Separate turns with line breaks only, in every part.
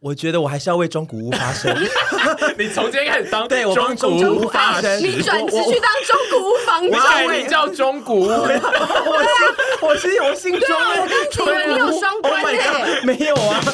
我觉得我还是要为中古屋发 声。
你从今天开始当
对我帮中
中古
古
屋
屋
大
发
师
声，
你转职去当中古屋房
你
东
改
哎
名叫中古 屋，
我是我是我姓钟
啊
哎，
觉得你有双关
Oh my
欸
God，没有啊。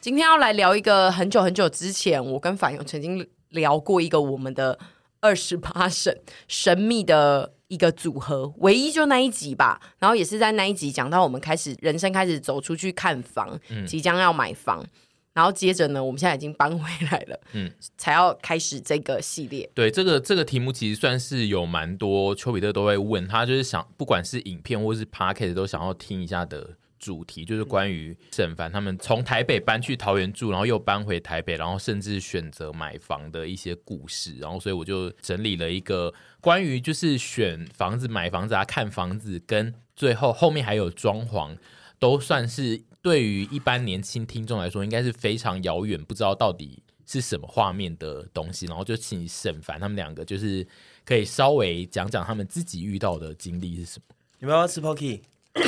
今天要来聊一个很久很久之前，我跟反友曾经聊过一个我们的二十八省神秘的一个组合，唯一就那一集吧。然后也是在那一集讲到我们开始人生开始走出去看房，即将要买房。然后接着呢，我们现在已经搬回来了，嗯
嗯，
才要开始这个系列。
对这个这个题目，其实算是有蛮多丘比特都会问他，就是想不管是影片或是 p o d c a s t 都想要听一下的主题，就是关于沈凡他们从台北搬去桃园住，然后又搬回台北，然后甚至选择买房的一些故事。然后，所以我就整理了一个关于就是选房子、买房子啊、看房子，跟最后后面还有装潢，都算是对于一般年轻听众来说，应该是非常遥远，不知道到底是什么画面的东西。然后就请沈凡他们两个，就是可以稍微讲讲他们自己遇到的经历是什么。
你们要不要吃 Pocky？要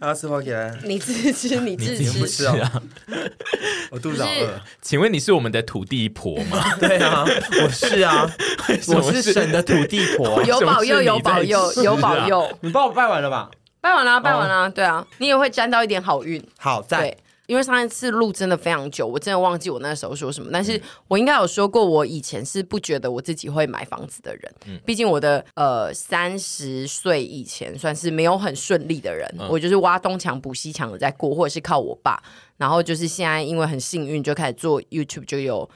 不要吃 Pocky 来，
你自吃，你 自
你
不
吃，
吃啊？我肚子好饿。
请问你是我们的土地婆吗？
对啊，我是 啊，
什么
我是省的土地婆。
有保佑，有保佑，有保佑，
你帮我拜完了吧？
拜完啦、拜完啦、对啊，你也会沾到一点好运。
好，
对
在，
因为上一次录真的非常久，我真的忘记我那时候说什么。但是我应该有说过，我以前是不觉得我自己会买房子的人。
嗯
毕竟我的呃三十岁以前算是没有很顺利的人，
嗯
我就是挖东墙补西墙的在过，或者是靠我爸。然后就是现在因为很幸运，就开始做 YouTube，就有。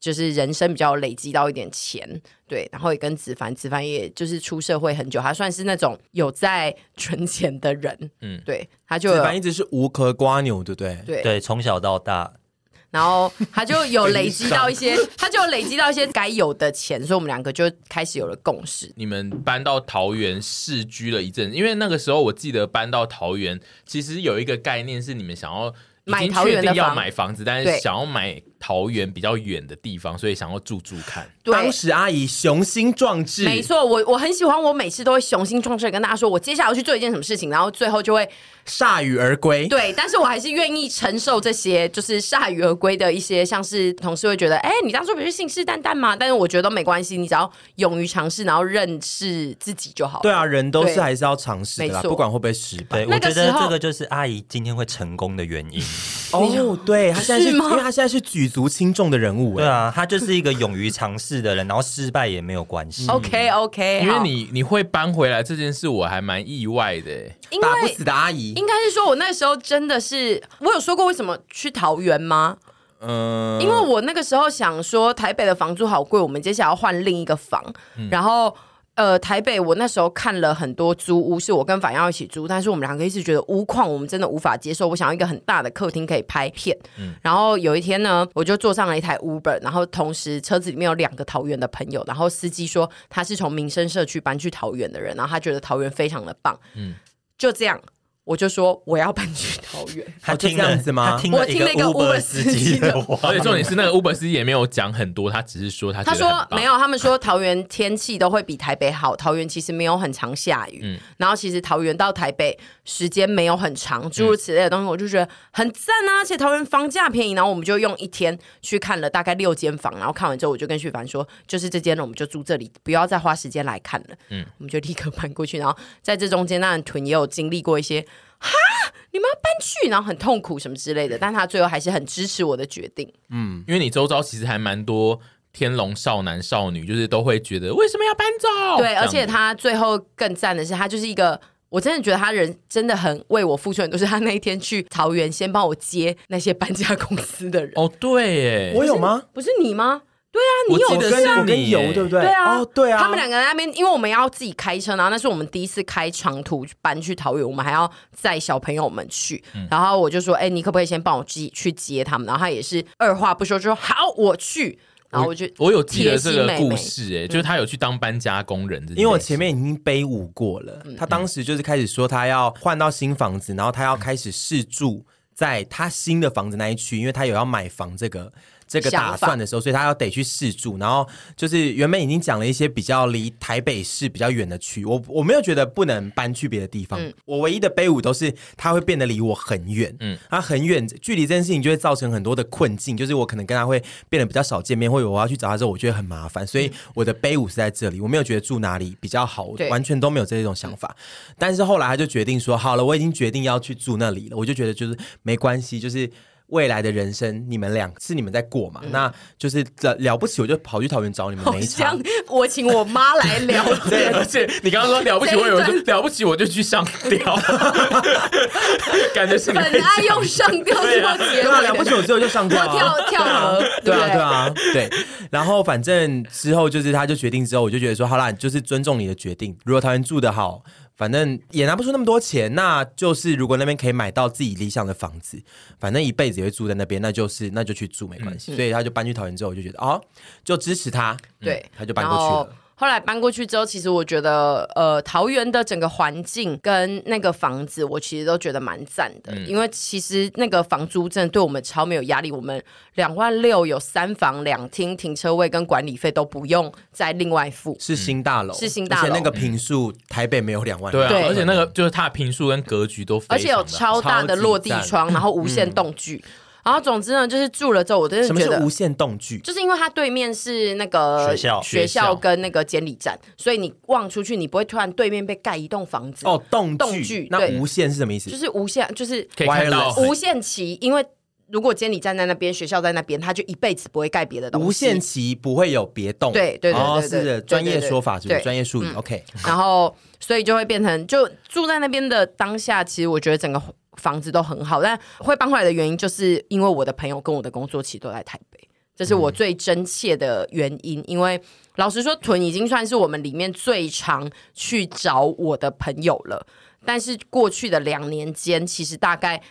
就是人生比较累积到一点钱，对，然后也跟子凡，子凡也就是出社会很久，他算是那种有在存钱的人，嗯
嗯，
对，他就有
子凡一直是无壳瓜牛，对不对？
对
对，从小到大，
然后他就有累积到一些，他就有累积到一些该有的钱，所以我们两个就开始有了共识。
你们搬到桃园市居了一阵，因为那个时候我记得搬到桃园，其实有一个概念是你们想要已
买
经
桃园
确
的
定要
房
买房子，但
对
是想要买桃园比较远的地方，所以想要住住看。
对
当，时阿姨雄心壮志，
没错，我我很喜欢，我每次都会雄心壮志地跟大家说，我接下来要去做一件什么事情，然后最后就会
铩羽而归。
对，但是我还是愿意承受这些，就是铩羽而归的一些，像是同事会觉得，哎、你当初不是信誓旦旦吗？但是我觉得都没关系，你只要勇于尝试，然后认识自己就好了。
对啊，人都是
对
还是要尝试的
没
啦，
错
不管会不会失败。
对
那
我
个
觉
时
得
候
这个就是阿姨今天会成功的原因。
哦，对他现在是，
是
因
吗
为他现在是举足轻重的人物
对
哎。
啊，她就是一个勇于尝试的人，然后失败也没有关系。
，OK OK，
因为你你会搬回来这件事，我还蛮意外的欸。
因
打不
为
死的阿姨，
应该是说，我那时候真的是，我有说过为什么去桃园吗？
嗯，
因为我那个时候想说，台北的房租好贵，我们接下来要换另一个房，然后。呃，台北我那时候看了很多租屋，是我跟反耀一起租，但是我们两个一直觉得屋况我们真的无法接受。我想要一个很大的客厅可以拍片。然后有一天呢，我就坐上了一台 Uber，然后同时车子里面有两个桃园的朋友，然后司机说他是从民生社区搬去桃园的人，然后他觉得桃园非常的棒。嗯，就这样，我就说我要搬去桃园。
她
哦就
听
这
了
样子吗
她听
我
了一
听
个
了一个 Uber
Uber
司
司
机
机
的
的
哦
话，
而且重点是那个 Uber 司机也没有讲很多，他只是说他
他
觉得
说
很棒
没有，他们说桃园天气都会比台北好，桃园其实没有很常下雨，
嗯
然后其实桃园到台北时间没有很长，诸
嗯
如此类的东西，我就觉得很赞啊，而且桃园房价便宜，然后我们就用一天去看了大概六间房，然后看完之后我就跟旭凡说，就是这间了，我们就住这里，不要再花时间来看了，嗯，我们就立刻搬过去，然后在这中间，当然屯也有经历过一些。哈！你们要搬去，然后很痛苦什么之类的，但他最后还是很支持我的决定。
因为你周遭其实还蛮多天龙少男少女，就是都会觉得为什么要搬走？
对，而
这
且
样子
他最后更赞的是，他就是一个。我真的觉得他人真的很为我付出很多，是他那一天去桃园先帮我接那些搬家公司的人，
哦，对耶，
我有吗？
不是你吗？你
我
有
记
我
得
跟
是
我跟
你
油
耶
对不对？
对啊
哦对啊，
他们两个在那边，因为我们要自己开车，然后那是我们第一次开长途班去桃园，我们还要载小朋友们去。
嗯
然后我就说：“哎、你可不可以先帮我去去接他们？”然后他也是二话不说就说：“好，我去。”然后我就
我有记得这
贴心
个
妹妹嗯
故事、哎，就是他有去当搬家工人这件事，
因为我前面已经背舞过了，
嗯
他当时就是开始说他要换到新房子，然后他要开始试住在他新的房子那一区，因为他有要买房这个这个打算的时候，所以他要得去试住。然后就是原本已经讲了一些比较离台北市比较远的区，我我没有觉得不能搬去别的地方，我唯一的背舞都是他会变得离我很远，嗯，他很远，距离这件事情就会造成很多的困境，就是我可能跟他会变得比较少见面，或者我要去找他之后，我觉得很麻烦，所以我的背舞是在这里，我没有觉得住哪里比较好，我
对
完全都没有这种想法。但是后来他就决定说，好了，我已经决定要去住那里了，我就觉得就是没关系，就是。未来的人生，你们俩是你们在过嘛？那就是了了不起，我就跑去桃园找你们，
嗯 好
没差
像。我请我妈来 聊
对，
天
而。且你刚刚说了不起，
这一
我有
段
说了不起，我就去上吊，感觉是你
本
会
爱用上吊做结
对啊，
尾
了不
的，
起，我之后就上吊、啊，
跳跳河，
对
不
啊，对啊，对。然后反正之后就是，他就决定之后，我就觉得说，好啦，就是尊重你的决定。如果桃园住的好，反正也拿不出那么多钱，那就是如果那边可以买到自己理想的房子，反正一辈子也会住在那边，那就是那就去住没关系。所以他就搬去桃园之后，我就觉得哦，就支持他，
对，
嗯他就搬过去
然后
了。
后来搬过去之后，其实我觉得，呃，桃园的整个环境跟那个房子，我其实都觉得蛮赞的，
嗯
因为其实那个房租真的对我们超没有压力。我们两万六有三房两厅，停车位跟管理费都不用再另外付。
是嗯新大楼，
是新大楼
而且那个平数台北没有两万，
对啊，
对
而且那个就是它的平数跟格局都非常
而
的
且有超大的落地窗，然后无线动距。然后总之呢，就是住了之后，我真的
嗯什么
觉
是
得
无限动距？
就是因为它对面是那个
学校
学
学校
校跟那个监理站，所以你望出去，你不会突然对面被盖一栋房子
哦，动
动距
那
对
无限是什么意思？
就是无限，就是
可以哦看到
Wireless
无限期，因为。如果监理站在那边，学校在那边，他就一辈子不会盖别的东西。
无限期不会有别动，
对对对对
哦，
对
是
对
的，
对
专
对
业
对
说法是不是
对
专业术语？OK，
然后所以就会变成，就住在那边的当下，其实我觉得整个房子都很好，但会搬回来的原因，就是因为我的朋友跟我的工作其实都在台北，这是我最真切的原因。因为老实说，屯已经算是我们里面最常去找我的朋友了，但是过去的两年间，其实大概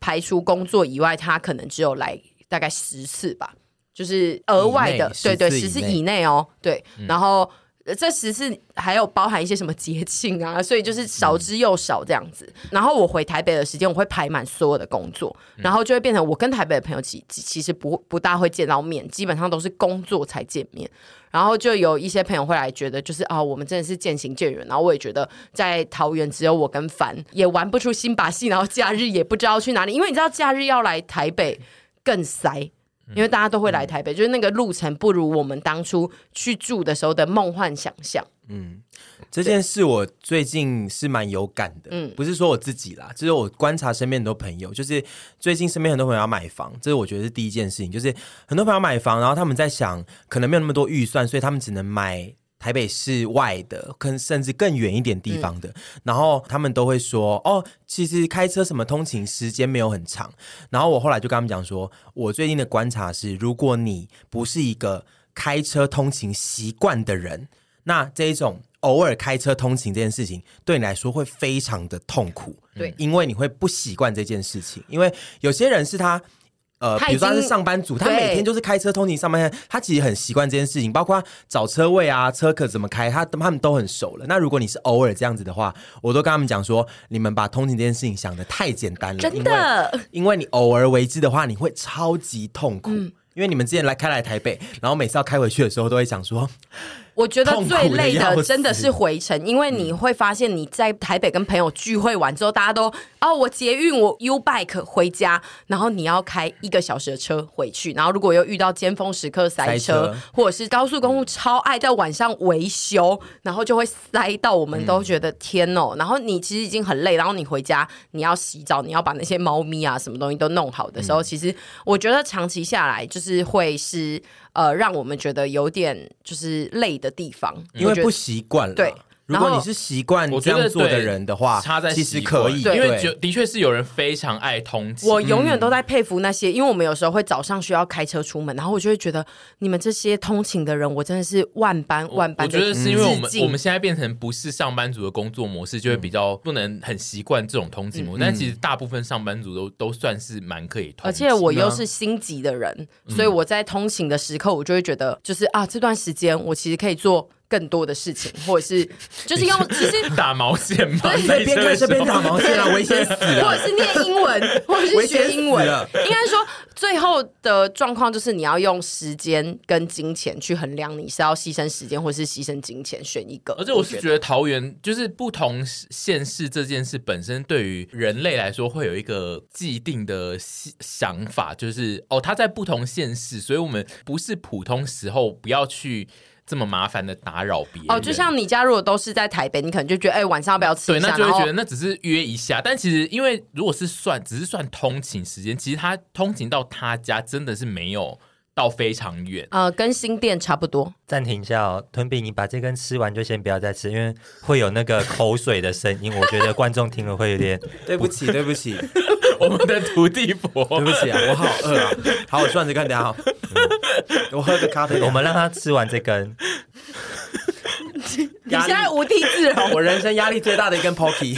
排除工作以外，他可能只有来大概十次吧。就是额外
以
的
内，
对对，
10次
十次
以内嗯
以内哦，对，然后呃这十次还有包含一些什么节庆啊，所以就是少
嗯
之又少这样子。然后我回台北的时间，我会排满所有的工作，
嗯
然后就会变成我跟台北的朋友其其其实不不大会见到面，基本上都是工作才见面。然后就有一些朋友会来觉得，就是啊、我们真的是渐行渐远。然后我也觉得，在桃园只有我跟凡也玩不出新把戏，然后假日也不知道去哪里，因为你知道假日要来台北更塞。
嗯
因为大家都会来台北，就是那个路程不如我们当初去住的时候的梦幻想象。
这件事我最近是蛮有感的，嗯，不是说我自己啦，就是我观察身边很多朋友，就是最近身边很多朋友要买房，这是我觉得是第一件事情，就是很多朋友买房，然后他们在想，可能没有那么多预算，所以他们只能买。台北市外的，跟甚至更远一点地方
嗯
的，然后他们都会说，哦，其实开车什么通勤时间没有很长。然后我后来就跟他们讲说，我最近的观察是，如果你不是一个开车通勤习惯的人，那这一种偶尔开车通勤这件事情，对你来说会非常的痛苦，
嗯对
因为你会不习惯这件事情，因为有些人是他。呃，
他
比如说
已
他
经
是上班族，他
对
每天就是开车通勤上班，他其实很习惯这件事情，包括找车位啊、车可怎么开，他他们都很熟了。那如果你是偶尔这样子的话，我都跟他们讲说，你们把通勤这件事情想的太简单了，
真
因为
的，
因为你偶尔为之的话，你会超级痛苦。因为你们之前来开来台北，然后每次要开回去的时候，都会想说，
我觉得
痛
最累
苦得要
的
死
真的是回程，因为你会发现你在台北跟朋友聚会完之后，大家都哦，我捷运我 U Bike 回家，然后你要开一个小时的车回去，然后如果又遇到尖峰时刻塞
塞
车，
车
或者是高
嗯
速公路超爱在晚上维修，然后就会塞到我们
嗯
都觉得天哦，然后你其实已经很累，然后你回家你要洗澡，你要把那些猫咪啊什么东西都弄好的
嗯
时候，其实我觉得长期下来就是会是呃让我们觉得有点就是累的地方，
因为
嗯
我觉得
不习惯了。
对。
如果你是习惯
我
这
觉得
样做的
对
人的话，
差在
其实
习惯
可以，
因为
对
就的确是有人非常爱通勤。
我永远都在佩服那些，因为我们有时候会早上需要开车出门，然后我就会觉得你们这些通勤的人，我真的是万般万
我
般
觉
的
得是因为我们
致敬
我们现在变成不是上班族的工作模式，就会
嗯
比较不能很习惯这种通勤模式。但其实大部分上班族都都算是蛮可以通
嗯而
勤
且我又是心急的人，
嗯
所以我在通勤的时刻，我就会觉得，就是啊，这段时间我其实可以做更多的事情，或者是 就是用，其实
打毛线嘛，
对边看这边打
哦
毛线啊，危险死
或
了。
者是念英文，或者是学英
危
文。
险死了
应该说，最后的状况就是你要用时间跟金钱去衡量，你是要牺牲时间，或是牺牲金钱，选一个。
而且我是
觉
觉得桃园就是不同县市这件事本身，对于人类来说会有一个既定的想想法，就是哦，它在不同县市，所以我们不是普通时候不要去这么麻烦的打扰别人。
哦，就像你家如果都是在台北，你可能就觉得，哎、晚上要不要吃
对，
一
那
下？
就
然
会
后
觉得那只是约一下，但其实因为如果是算只是算通勤时间，其实他通勤到他家真的是没有到非常远。
呃，跟新店差不多。
暂停一下哦，吞饼，你把这根吃完就先不要再吃，因为会有那个口水的声音，我觉得观众听了会有点。
对不起，对不起，对
我们的土地婆
不起啊，我好饿啊！好，我转着看，等一下好，嗯我喝个咖
啊
啡。啊
我们让他吃完这根，
你现在无地 自容，
我人生压力最大的一根 Pocky。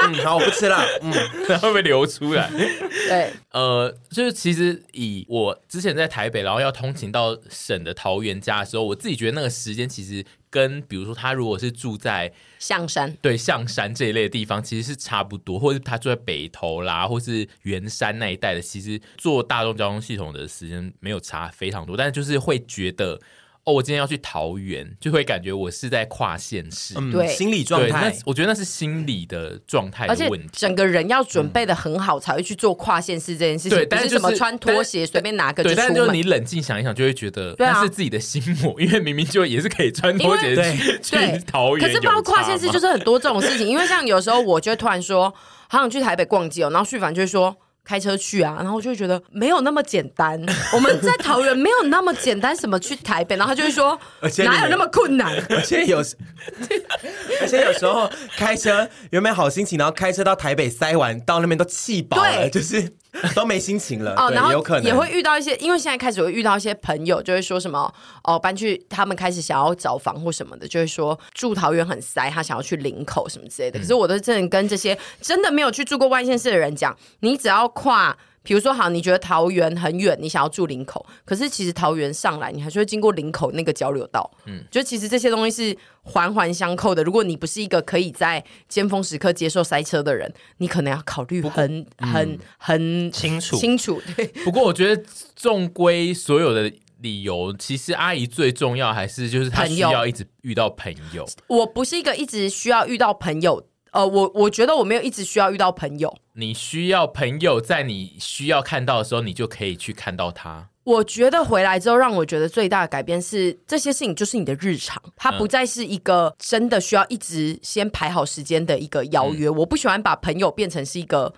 嗯，好，我不吃了。嗯，
会被流出来。
对，
呃，就是其实以我之前在台北，然后要通勤到省的桃园家的时候，我自己觉得那个时间其实跟比如说他如果是住在
象山。
对象山这一类的地方，其实是差不多，或者他住在北投啦，或是圆山那一带的，其实坐大众交通系统的时间没有差非常多，但是就是会觉得。哦，我今天要去桃园，就会感觉我是在跨县市。嗯，
对
心理状
对，那
态，
我觉得那是心理的状态
而且
的问题。
整个人要准备的很好，才会去做跨县市这件事情。
对
不
但
是
是
什么
就是
穿拖鞋随便拿个
对，
就
但是
出
就是
门
你。冷静想一想，就会觉得
对啊
那是自己的心魔，因为明明就也是可以穿拖鞋
因
为
去 去
对，
桃园，
可是包括现实就是是很多这种事情，因为像有时候我就会突然说，好想去台北逛街哦，然后旭凡就会说。开车去啊，然后我就会觉得没有那么简单。我们在桃园没有那么简单，什么去台北，然后他就会 说
而且你
哪有那么困难？
而且有时， 而且有时候开车原本好心情，然后开车到台北塞完，到那边都气饱了，
对
就是都没心情了。
哦，
对
然后
有可能
也会遇到一些，因为现在开始会遇到一些朋友，就会说什么哦，搬去他们开始想要找房或什么的，就会说住桃园很塞，他想要去林口什么之类
嗯
的。可是我都真的跟这些真的没有去住过外县市的人讲，你只要跨。比如说，好，你觉得桃园很远，你想要住林口，可是其实桃园上来，你还是会经过林口那个交流道。嗯，就其实这些东西是环环相扣的。如果你不是一个可以在尖峰时刻接受塞车的人，你可能要考虑很、
嗯
很很
清楚
清楚。 对，
不过我觉得纵归所有的理由，其实阿姨最重要还是就是她
朋
需
友
要一直遇到朋友。
我不是一个一直需要遇到朋友，呃，我我觉得我没有一直需要遇到朋友。
你需要朋友，在你需要看到的时候，你就可以去看到 他。
我觉得回来之后，让我觉得最大的改变是，这些事情就是你的日常，它不再是一个真的需要一直先排好时间的一个邀约。我不喜欢把朋友变成是一个。呃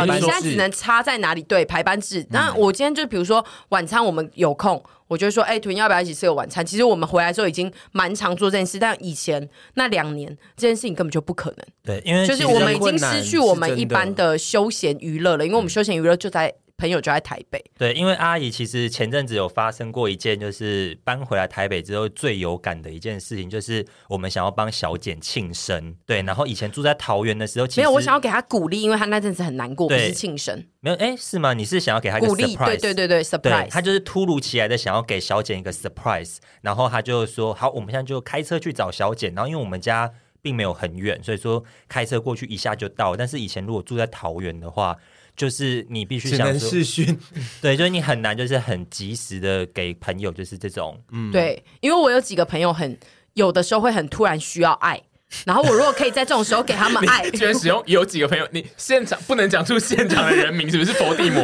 排班
你现在
制
只能插在哪里？对，排班制。那我今天就比如说晚餐我们有空，我就会说，哎、屯要不要一起吃个晚餐？其实我们回来之后已经蛮常做这件事，但以前那两年这件事情根本就不可能。
对，因为
就
其
是
实
我们已经
困难
失去我
是
们
真
一
的
般的休闲娱乐了，因为我们休闲娱乐就在朋友就在台北，
对，因为阿姨其实前阵子有发生过一件，就是搬回来台北之后最有感的一件事情，就是我们想要帮小简庆生。对，然后以前住在桃园的时候，其实
没有我想要给他鼓励，因为他那阵子很难过，不
对
是庆生，
没有哎，是吗？你是想要给他一个
鼓励，
surprise？
对对对对
对他
，surprise。
就是突如其来的想要给小简一个 surprise，然后他就说好，我们现在就开车去找小简。然后因为我们家并没有很远，所以说开车过去一下就到。但是以前如果住在桃园的话，就是你必须
只
想
能
说
视讯。
对，就是你很难就是很及时的给朋友就是这种
对，因为我有几个朋友很有的时候会很突然需要爱，然后我如果可以在这种时候给他们爱
你，居然使用有几个朋友，你现场不能讲出现场的人名，是不是佛地魔？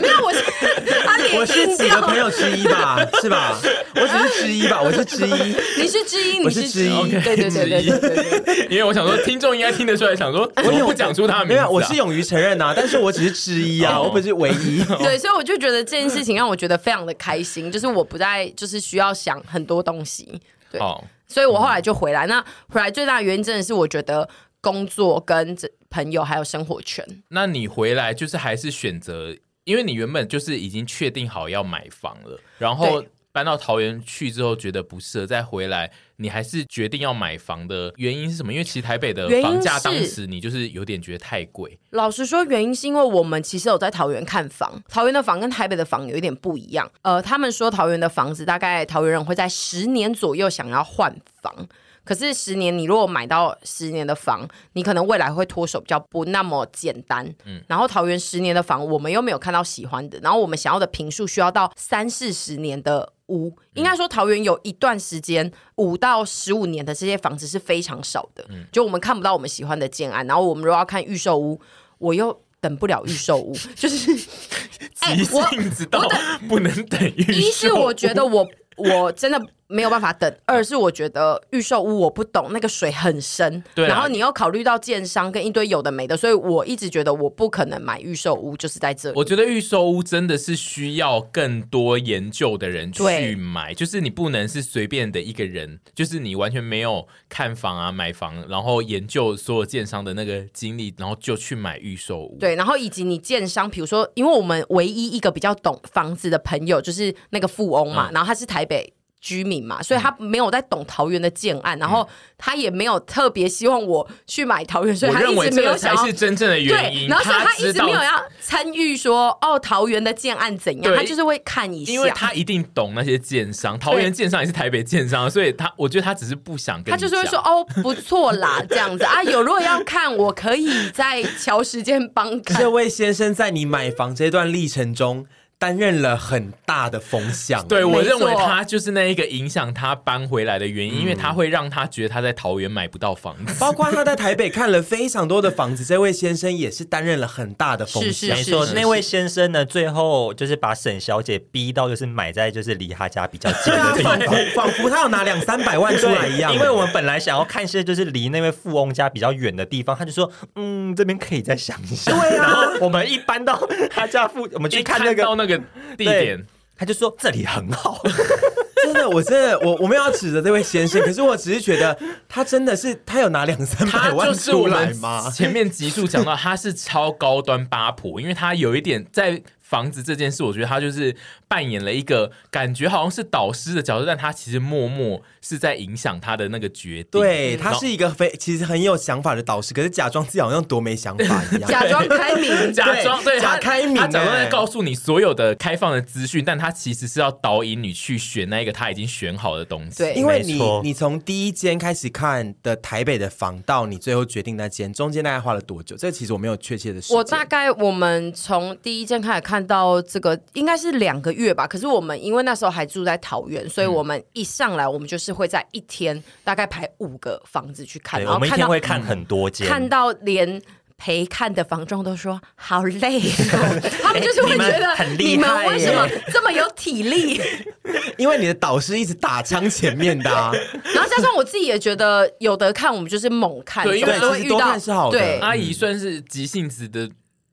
没有我是他
我
脸
是
硬
几个
掉
朋
了，
友之一吧，是吧？我只是之一 吧，我是之一。
你是之一，
我
你
是
之
之一
对对对对对对对，
因为我想说，听众应该听得出来，想说我
有
么不讲出他的
没
名字、啊？
有，我是勇于承认啊，但是我只是之一啊，
哦
我不是唯一。
对，所以我就觉得这件事情让我觉得非常的开心，就是我不再就是需要想很多东西，对
好，
所以我后来就回来。那回来最大的原因真的是，我觉得工作跟这朋友还有生活圈，
那你回来就是还是选择，因为你原本就是已经确定好要买房了，然后
对
搬到桃园去之后觉得不适合，再回来，你还是决定要买房的原因是什么？因为其实台北的
原因
房价
是
当时你就是有点觉得太贵，
老实说，原因是因为我们其实有在桃园看房，桃园的房跟台北的房有一点不一样。呃，他们说桃园的房子大概桃园人会在十年左右想要换房，可是十年你如果买到十年的房，你可能未来会脱手比较不那么简单。嗯，然后桃园十年的房我们又没有看到喜欢的，然后我们想要的平数需要到三四十年的。屋应该说，桃园有一段时间五到十五年的这些房子是非常少的，就我们看不到我们喜欢的建案。然后我们如果要看预售屋，我又等不了预售屋，就是哎
急
我
性子到不能等预售，
一是我觉得我我真的没有办法等，二是我觉得预售屋我不懂那个水很深，
对啊
然后你又考虑到建商跟一堆有的没的，所以我一直觉得我不可能买预售屋，就是在这里。
我觉得预售屋真的是需要更多研究的人去
对
买，就是你不能是随便的一个人，就是你完全没有看房啊、买房，然后研究所有建商的那个经历，然后就去买预售屋。，
对，然后以及你建商，比如说，因为我们唯一一个比较懂房子的朋友就是那个富翁
嗯
嘛，然后他是台北。居民嘛，所以他没有在懂桃园的建案，然
嗯
后他也没有特别希望我去买桃园，所以
我
他
认
一
为这
直没
个
有
才
想要
是真正的原
对，
因。
然后所以他一
知
直没有
道，
要参与说哦桃园的建案怎样，
对
他就是会看一下，
因为他一定懂那些建商，桃园建商也是台北建商，啊所以他我觉得他只是不想跟
他
你
就是会
讲
说哦不错啦这样子啊，有如果要看我可以在瞧时间帮看
这。位先生在你买房这段历程中担任了很大的风向，
对，我
没
认为
错
他就是那一个影响他搬回来的原因，因为他会让他觉得他在桃园买不到房子。
包括他在台北看了非常多的房子，这位先生也是担任了很大的风
是
向。
没错
是，是
那位先生呢，最后就是把沈小姐逼到，就是买在就是离她家比较近
对啊
的，地
仿
方。
佛仿佛他要拿两三百万出来一样。
因为我们本来想要看是就是离那位富翁家比较远的地方，他就说，嗯，这边可以再想一下。对啊，然后我们一搬到他家附，我们去
一
看那
到
个，
那个地点，
他就说这里很好。
真的，我真的，我我没有要指着这位先生，可是我只是觉得他真的是他有拿两三
他
百
就
万
是我
出来
们
吗？
前面集数讲到，他是超高端八婆，因为他有一点在房子这件事，我觉得他就是扮演了一个感觉好像是导师的角色，但他其实默默是在影响他的那个决定。
对
然
他
后
是一个非其实很有想法的导师，可是假装自己好像多没想法一样。
假装开明，
假装对
假
他
开明
他假装
欸
在告诉你所有的开放的资讯，但他其实是要导引你去选那一个他已经选好的东西。
对
因为你
没错
你从第一间开始看的台北的房到你最后决定那间，中间大概花了多久？这个其实我没有确切的时间。
我大概我们从第一件开始看到这个，应该是两个月吧。可是我们因为那时候还住在桃园，所以
嗯
我们一上来，我们就是会在一天大概排五个房子去看，
对，
然
我
后
们一
看
天
到
会看很多间。
看到连陪看的房仲都说好累、哦， 他们就是会觉得
哎你
你
们很厉害
们
耶
为什么这么有体力？
因为你的导师一直打枪前面的、 啊，
然后加上我自己也觉得有得看，我们就是猛看，
对因为
总是会
其实
遇
多
到
看是好的
对。
阿姨算是急性子的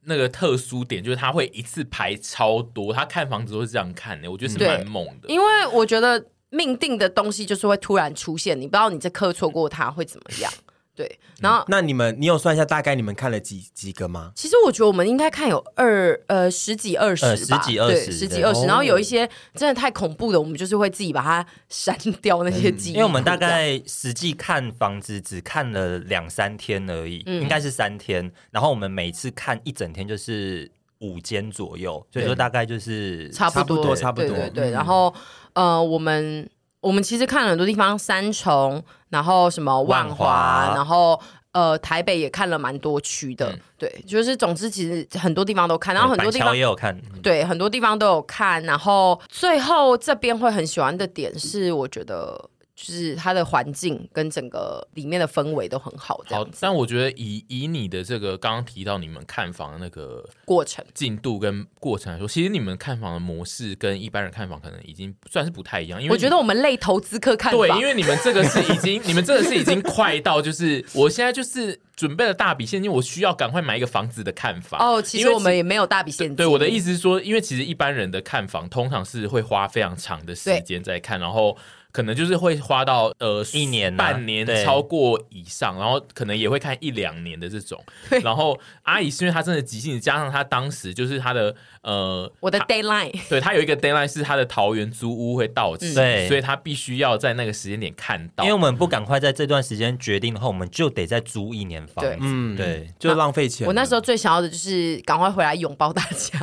那个特殊点，就是她会一次排超多，她看房子都是这样看的，我觉得是
对
蛮猛的。
因为我觉得命定的东西就是会突然出现，你不知道你这课错过它会怎么样。
嗯
对，然后
那你们你有算一下大概你们看了几几个吗？
其实我觉得我们应该看有二呃十几二十吧，
呃十几
对
20
十几
对
二十，
哦
然后有一些真的太恐怖的，我们就是会自己把它删掉那些记忆库这样，
嗯因为我们大概实际看房子只看了两三天而已，
嗯
应该是三天。然后我们每次看一整天就是五间左右，所以说大概就是
差不多，
差不多差
对对
不多
嗯
对。然后呃，我们我们其实看了很多地方，三重，然后什么万华，
万华嗯
然后。呃，台北也看了蛮多区的，对，就是总之其实很多地方都看，然后很多地方
板桥也有看，
对很多地方都有看，然后最后这边会很喜欢的点是，我觉得就是它的环境跟整个里面的氛围都很好，这
好
样，子
但我觉得以以你的这个刚刚提到你们看房的那个
过程。
进度跟过程来说，其实你们看房的模式跟一般人看房可能已经算是不太一样，因为
我觉得我们类投资客看
对，
法
因为你们这个是已经，你们这个是已经快到，就是我现在就是准备了大笔现金，我需要赶快买一个房子的看法。
哦，其
因
实
为
我们也没有大笔现金。
对我的意思是说，因为其实一般人的看房通常是会花非常长的时间在看，然后可能就是会花到呃
一年啊
半年
对
超过以上，然后可能也会看一两年的这种。然后阿姨是因为她真的急性子，加上她当时就是她的呃，
我的
她
deadline
对她有一个 deadline 是她的桃园租屋会到期，
嗯对
所以她必须要在那个时间点看到
因为。我们不赶快在这段时间决定的话，我们就得再租一年房
对啊
子。
嗯，
对，
就浪费钱了。
我那时候最想要的就是赶快回来拥抱大家。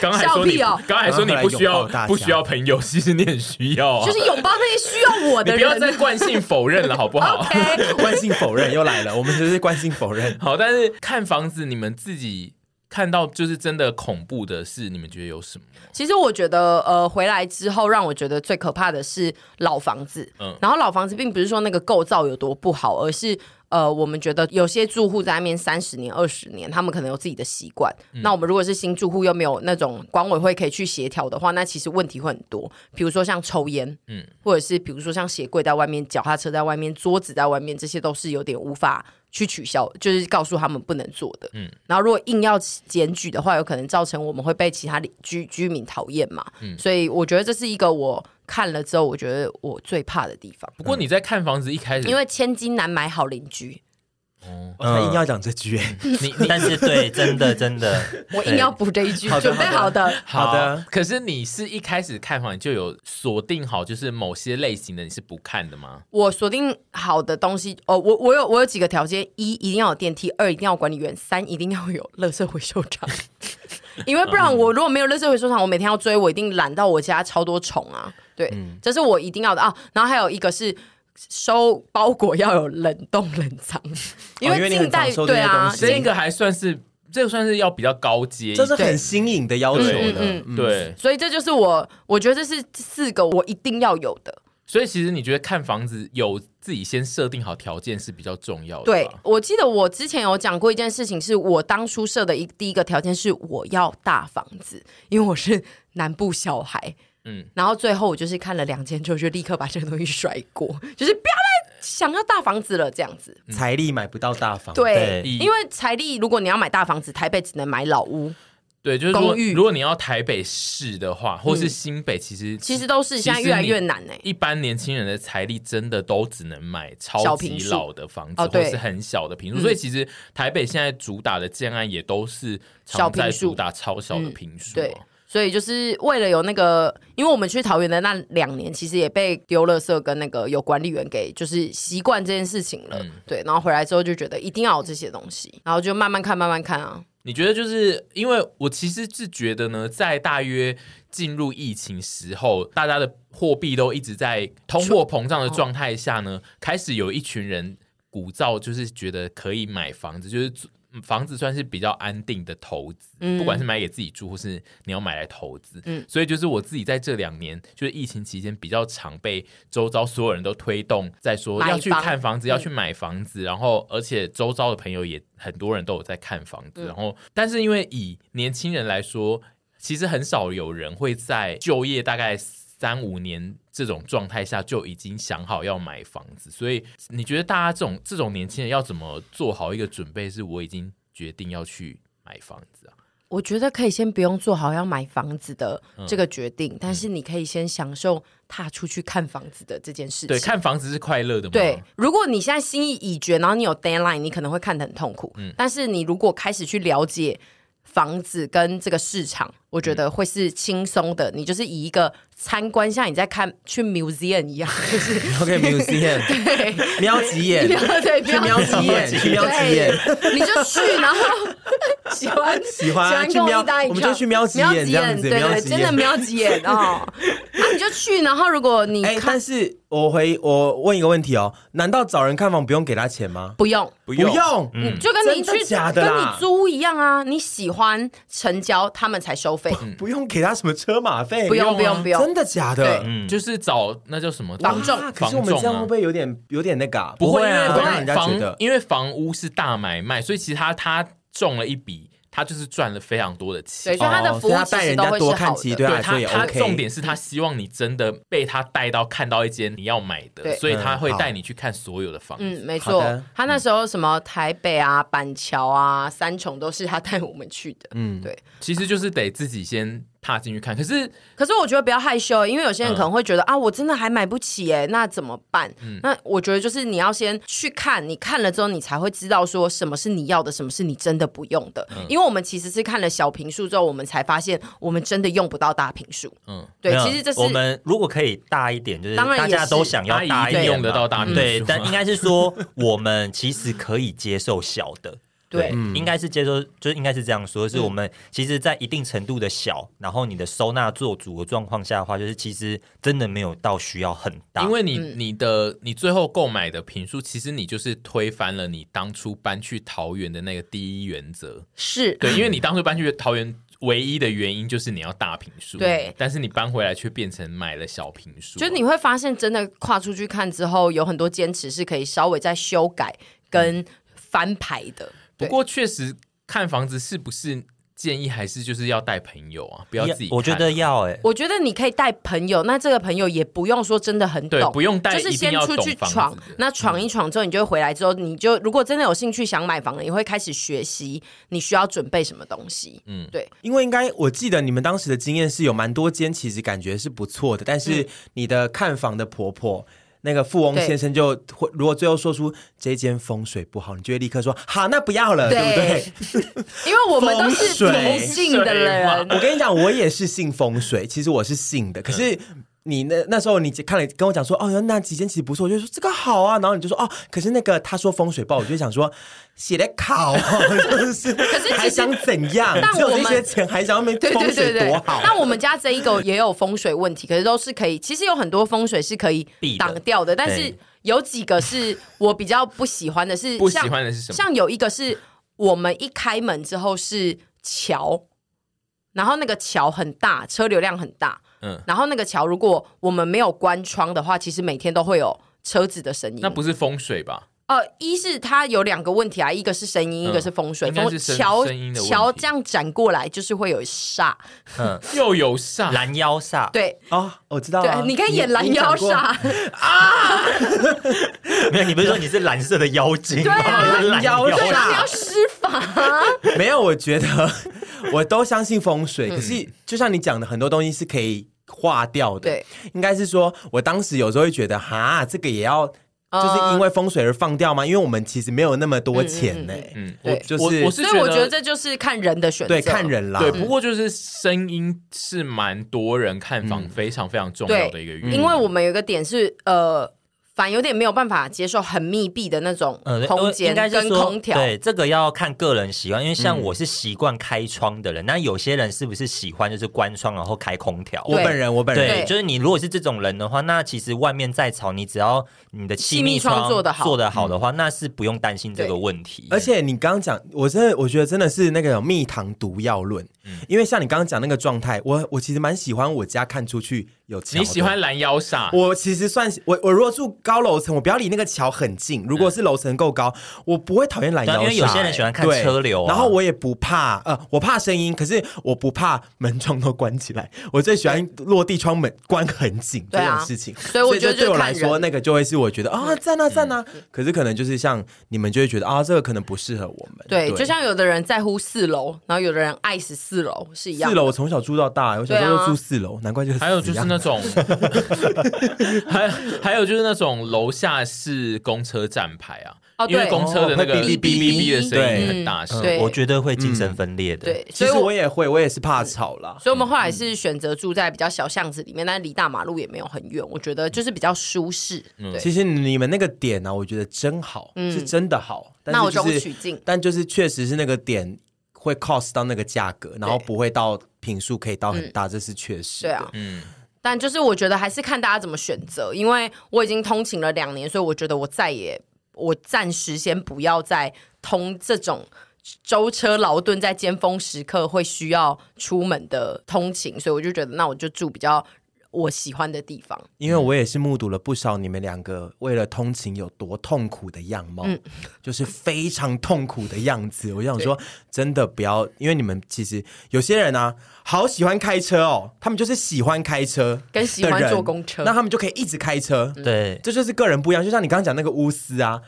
刚才说你
笑屁哦
不，刚才说你不需
刚刚来拥
要
抱哦大家
不需要朋友，其实你很需要啊，
就是拥抱那些需要我
你
的
不要再
人。
惯性否认了，好不 好？啊
OK，
惯性否认又来了，我们只是惯性否 认。
好，但是看房子，你们自己看到就是真的恐怖的事，你们觉得有什么？
其实我觉得，呃，回来之后让我觉得最可怕的是老房子。
嗯
然后老房子并不是说那个构造有多不好，而是呃，我们觉得有些住户在那边三十年、二十年，他们可能有自己的习惯。那我们如果是新住户，又没有那种管委会可以去协调的话，那其实问题会很多。比如说像抽烟，
嗯
嗯，或者是比如说像鞋柜在外面、脚踏车在外面、桌子在外面，这些都是有点无法。去取消，就是告诉他们不能做的。嗯，然后如果硬要检举的话，有可能造成我们会被其他邻居居民讨厌嘛。嗯，所以我觉得这是一个我看了之后，我觉得我最怕的地方。
嗯
不过你在看房子一开始，
因为千金难买好邻居，嗯
我才硬要讲这句、欸，
你你
但是对，真的真的，
我硬要补这一句，
好的
准备好的。
好的，
可是你是一开始看房就有锁定好，就是某些类型的你是不看的吗？
我锁定好的东西，哦，我我有我有几个条件：一一定要有电梯，二一定要有管理员，三一定要有垃圾回收 厂。因为不然
嗯
我如果没有垃圾回收厂，我每天要追，我一定懒到我家超多虫啊。对，
嗯
这是我一定要的啊。然后还有一个是。收包裹要有冷冻冷藏，
哦因
因
为
为
你很
近代、
常收这
对
些
啊，
东西
这个还算是，这个算是要比较高阶一
这
点，
是很新颖的要求
对
的。
嗯
嗯
对。
所以这就是我，我觉得这是四个我一定要有的。
所以其实你觉得看房子有自己先设定好条件是比较重要的吧，
对，我记得我之前有讲过一件事情，是我当初设的一第一个条件是我要大房子，因为我是南部小孩。
嗯
嗯，然后最后我就是看了两间之后，就立刻把这个东西甩锅， 就是不要再想要大房子了，这样子。
财力买不到大房，
对，
对
因为财力，如果你要买大房子，台北只能买老屋，
对，就是说
公寓
如果你要台北市的话，或是新北，其实
其实都是
其
现在越来
你
越难哎、
一般年轻人的财力真的都只能买超
小
级
平数
老的房子，
哦
或
对
是很小的平数，
嗯
所以其实台北现在主打的建案也都是常
小平
在
数嗯
主打超小的平数、哦
对，所以就是为了有那个，因为我们去桃园的那两年，其实也被丢垃圾跟那个有管理员给就是习惯这件事情了，
嗯
对。然后回来之后就觉得一定要有这些东西，然后就慢慢看，慢慢看啊。
你觉得就是因为我其实是觉得呢，在大约进入疫情时候，大家的货币都一直在通货膨胀的状态下呢，开始有一群人鼓噪，就是觉得可以买房子，就是租嗯房子算是比较安定的投资，
嗯
不管是买给自己住或是你要买来投资。
嗯
所以就是我自己在这两年，就是疫情期间比较常被周遭所有人都推动，在说
买
要去
房嗯
看房子，要去买房子，然后而且周遭的朋友也很多人都有在看房子，
嗯
然后但是因为以年轻人来说，其实很少有人会在就业大概三五年这种状态下就已经想好要买房子，所以你觉得大家这种这种年轻人要怎么做好一个准备？是我已经决定要去买房子啊，
我觉得可以先不用做好要买房子的
嗯
这个决定，但是你可以先享受踏出去看房子的这件事情。
对，看房子是快乐的吗？
对，
嗯
如果你现在心意已决，然后你有 deadline，你可能会看得很痛苦。
嗯
但是你如果开始去了解房子跟这个市场，我觉
嗯
得会是轻松的。你就是以一个参观，像你在看去 museum 一样，就是
OK museum，
对，
瞄几眼
不，要对，不
去
要
瞄几眼，去瞄几眼。
对，你就去，然后喜欢
喜欢去
跟我
瞄
一搭一
我们
唱
就去瞄几眼这样子
对
瞄
对，
几
真的
眼
瞄几眼哦。那你就去，然后如果你
哎、
看
但是我回我问一个问题哦，难道找人看房不用给他钱吗？
不用，嗯
不
用
用，
你就跟你
真的
去
假的
跟你
啦
租一样啊，你喜欢成交，他们才收费，
不用给他什么车马费，
不用不用不用
啊真的假的？
对
嗯
就是找那叫什么
房仲
啊可
房
是我们这样会
仲
不
啊。
会有点有点那个、啊？
不会
啊，
因
会
为
让
房
人家觉
房
得
因为房屋是大买卖，所以其实他他中了一笔他就是赚了非常多的
对，
钱。
所以他的
哦
服
所以
务
他
其
带
实
人
都
家
会
多
是
看
好
几
的。
对啊，所
他
以
他
OK。
重点是他希望你真的被他带到看到一间你要买
对
的，所以他会
嗯好
带你去看所有的房子。
嗯，没
好
错
的，
他那时候什么台北啊、板桥啊、三重都是他带我们去的。
嗯
对
其实就是得自己先踏进去看。可是
可是我觉得不要害羞，因为有些人可能会觉得、啊，我真的还买不起哎，那怎么办？那我觉得就是你要先去看，你看了之后，你才会知道说什么是你要的，什么是你真的不用的。因为我们其实是看了小平数之后，我们才发现我们真的用不到大平数。
嗯
嗯，对
没，有
其实这是
我们如果可以大一点，就是
当然
大
也
家
是
都想要大
阿姨一
点
定
嘛，
用得到大
嗯
平
对，
数
但应该是说我们其实可以接受小的。
对
嗯
嗯
应该是接受，就是应该是这样说，是我们其实，在一定程度的小，然后你的收纳做足的状况下的话，就是其实真的没有到需要很大，
因为你、
嗯
你的你最后购买的平数，其实你就是推翻了你当初搬去桃园的那个第一原则。
是
对，因为你当初搬去桃园唯一的原因就是你要大平数，
对
但是你搬回来却变成买了小平数，啊
就你会发现，真的跨出去看之后，有很多坚持是可以稍微再修改
嗯
跟翻牌的。
不
对
过确实看房子是不是建议还是就是要带朋友啊，不要自己看啊、
我觉得要哎、
我觉得你可以带朋友，那这个朋友也不用说真的很
对
懂，
不用带
就是
一定
先
要
出
懂
去
房子嗯
闯
的，
那闯一闯之后，你就会回来之后，你就如果真的有兴趣想买房了，你会开始学习你需要准备什么东西。嗯，对，
因为应该我记得你们当时的经验是有蛮多间，其实感觉是不错的，但是你的看房的婆婆。那个富翁
嗯对
先生就会，如果最后说出这间风水不好，你就会立刻说好，那不要了，对不对？
因为我们都是
风水
迷信的
风
人，
我跟你讲，我也是信风水，其实我是信的，可是。
嗯
你那那时候你看了跟我讲说哦那几间其实不错，我就说这个好啊，然后你就说哦，可是那个他说风水不好，我就想说写的考、哦， 就是可
是其实
还想怎样？
但
只有
我
这
们
些钱还想要没
对
风
对对
水
对
多好？
但我们家这一个也有风水问题，可是都是可以，其实有很多风水是可以
避的
挡掉的，但是
对
有几个是我比较不喜欢的 是，
不喜
像
欢的是什么？
像有一个是我们一开门之后是桥，然后那个桥很大，车流量很
嗯
大，嗯，然后那个桥如果我们没有关窗的话，其实每天都会有车子的声音。
那不是风水吧？
呃，一是它有两个问题啊，一个是声
嗯
音，一个是风水。
应该
风
是声
桥
声音的问题
桥这样展过来就是会有煞，
嗯，
又有煞，
拦腰煞，
对。
哦，我知道、啊，
对，你可以演拦腰
讲过
煞，
没有，你不是说你是蓝色的妖精吗？
对啊
你是蓝
妖
妖
煞
你要施 法，
没有，我觉 得我都相信风水，
嗯
可是就像你讲的，很多东西是可以化掉的。
对，
应该是说，我当时有时候会觉得，哈，这个也要
哦
就是
嗯
因为风水而放掉吗？因为我们其实没有那么多钱呢、
嗯，
对
我
就是
我我是
所以我觉得这就是看人的选择，
对，看人啦。
对，
嗯
不过就是声音是蛮多人看
嗯
房非常非常重要的一个原因，
因为我们有一个点是呃，反而有点没有办法接受很密闭的那种
呃，
空
应
间
该是
跟
说
空调。
对，这个要看个人习惯，因为
嗯
像我是习惯开窗的人，那、有些人是不是喜欢就是关窗然后开空调？
我本人，我本人
对
就是你如果是这种人的话，那其实外面再吵，你只要你的气
气密
密
窗做得好
做得好的话，那是不用担心这个问题。
而且你刚刚讲，我真的我觉得真的是那个蜜糖毒药论，
嗯
因为像你刚刚讲那个状态，我我其实蛮喜欢我家看出去有桥的。
你喜欢拦腰煞，
我其实算我我如果住高楼层，我不要离那个桥很近。如果是楼层够高，我不会讨厌拦腰煞、
嗯对啊因为有些人喜欢看
欸对
车流啊
然后我也不怕呃，我怕声音，可是我不怕门窗都关起来。 我最喜欢落地窗门关很紧这
对啊
种事情。
所以我觉得
这对我
就是看
来
人嗯
说，那个就会是我觉得啊赞
嗯
啊赞啊。可是可能就是像你们就会觉得啊，这个可能不适合我们。
对就像有的人在乎四楼，然后有的人爱死四楼是一样
四
的。啊
楼，我从小住到大，我小时候就住四楼，难怪就是
还有就
死一
是
样
那种， 还还有就是那种楼下是公车站牌啊，
哦
因为
对
公车的那个
哦会
哔
哔哔
哔哔
哔
的声音
对嗯
很大声，
对
我觉得会精神分裂的。
对，
其
所以
实我
我。
也嗯会，我也是怕吵啦。
所以我们后来是选择住在比较小巷子里面，但离大马路也没有很远，我觉得就是比较舒适。对，
嗯
嗯
其实你们那个点呢、我觉得真好，是真的好。但
那我
是就
中
是
取静。
但就是确实是那个点会 cost 到那个价格，然后不会到品数可以到很大，这是确实的。
嗯对啊，嗯。但就是我觉得还是看大家怎么选择，因为我已经通勤了两年，所以我觉得我再也我暂时先不要再通这种舟车劳顿在尖峰时刻会需要出门的通勤，所以我就觉得那我就住比较。我喜欢的地方。
因为我也是目睹了不少你们两个为了通勤有多痛苦的样貌，
嗯
就是非常痛苦的样子。我想说，真的不要，因为你们其实有些人啊，好喜欢开车哦，他们就是喜欢开车的人，
跟喜欢坐公车嗯
那他们就可以一直开车。
对，
这就是个人不一样。就像你刚刚讲那个乌斯啊，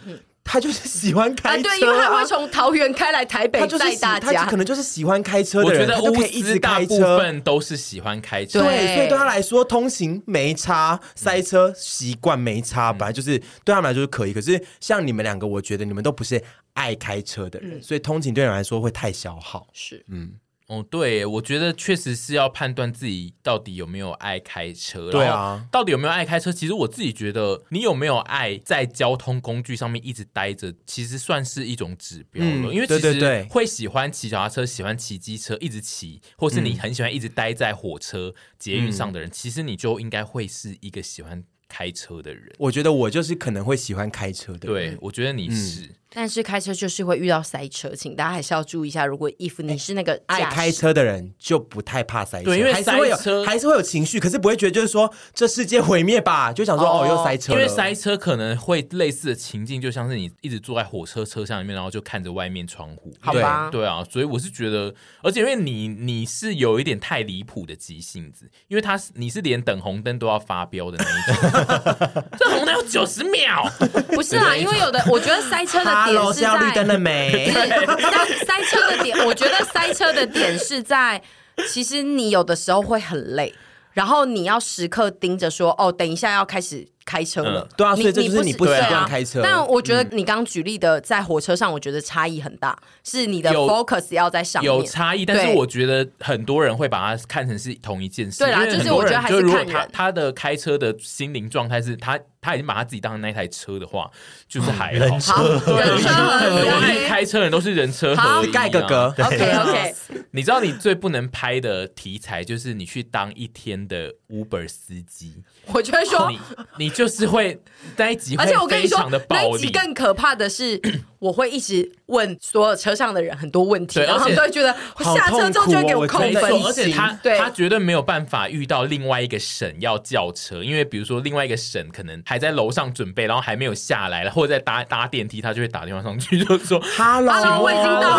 他就是喜欢
啊，
开车、
对，因为他会从桃园开来台北
他就是
带
喜
大
他
家
可。能就是喜欢开车
我
的
觉
人，
得
他就
乌
可以一
斯
直
大
开
部
车。
分都是喜欢开车，
对
对，所以对他来说，通行没差，塞车习惯没差，
嗯
本来就是对他们来说是可以。可是像你们两个，我觉得你们都不是爱开车的
嗯
人，所以通勤对你们来说会太消耗。
是，
哦，对，我觉得确实是要判断自己到底有没有爱开车，
对啊
然后到底有没有爱开车。其实我自己觉得，你有没有爱在交通工具上面一直待着，其实算是一种指标了。
嗯
因为其
对对
实
对
会喜欢骑脚踏车、喜欢骑机车，一直骑，或是
嗯
你很喜欢一直待在火车、捷运上的人，其实你就应该会是一个喜欢开车的人。
我觉得我就是可能会喜欢开车的人，
对，我觉得
嗯
你是。
但是开车就是会遇到塞车，请大家还是要注意一下。如果 if 你是那个
哎爱
驾驶
开车的人就不太怕塞车，
对因为
还是会
塞车
有还是会有情绪，可是不会觉得就是说这世界毁灭吧，就想说
哦
哦又塞车
因
了，
为塞车可能会类似的情境，就像是你一直坐在火车车厢里面，然后就看着外面窗户。
好吧？
对啊，所以我是觉得，而且因为你你是有一点太离谱的急性子，因为他是你是连等红灯都要发飙的那一种，这红灯有九十秒，
不是啦，因为有的我觉得塞车 的点
Hello，
是
是要绿
在
灯了没？
塞塞车的点，我觉得塞车的点是在，其实你有的时候会很累，然后你要时刻盯着说，哦，等一下要开始开车了。
嗯
对啊所以这就是
你
你不习惯
对啊
开车
但我觉得你刚举例的在火车上，我觉得差异很大，是你的
有
focus 要在上面。
有差异，但
对
是我觉得很多人会把它看成是同一件事。
对啦
因为
就是
很多
我觉得
人
还
就是如果
看
他
人
他的开车的心灵状态是他他已经把他自己当成那台车的话，就是还好。
人
好，人车合
很多
一
爱
啊。
开车人都是人车
好
合一、啊，
盖个格，
OK OK，
你知道你最不能拍的题材就是你去当一天的 Uber 司机，
我就会说
你，你就是会那一集，
而且我跟你说，
的
那
暴
一集
力。
更可怕的是，我会一直问所有车上的人很多问题，
对
然后他
而且
们都会觉得我
好
下车之后
痛苦哦
就会给扣
没
我真的
错，而
分
且他
对
他绝对没有办法遇到另外一个省要叫车，因为比如说另外一个省可能还在楼上准备，然后还没有下来，或者在搭搭电梯，他就会打电话上去，就说
Hello，
Hello，我已经到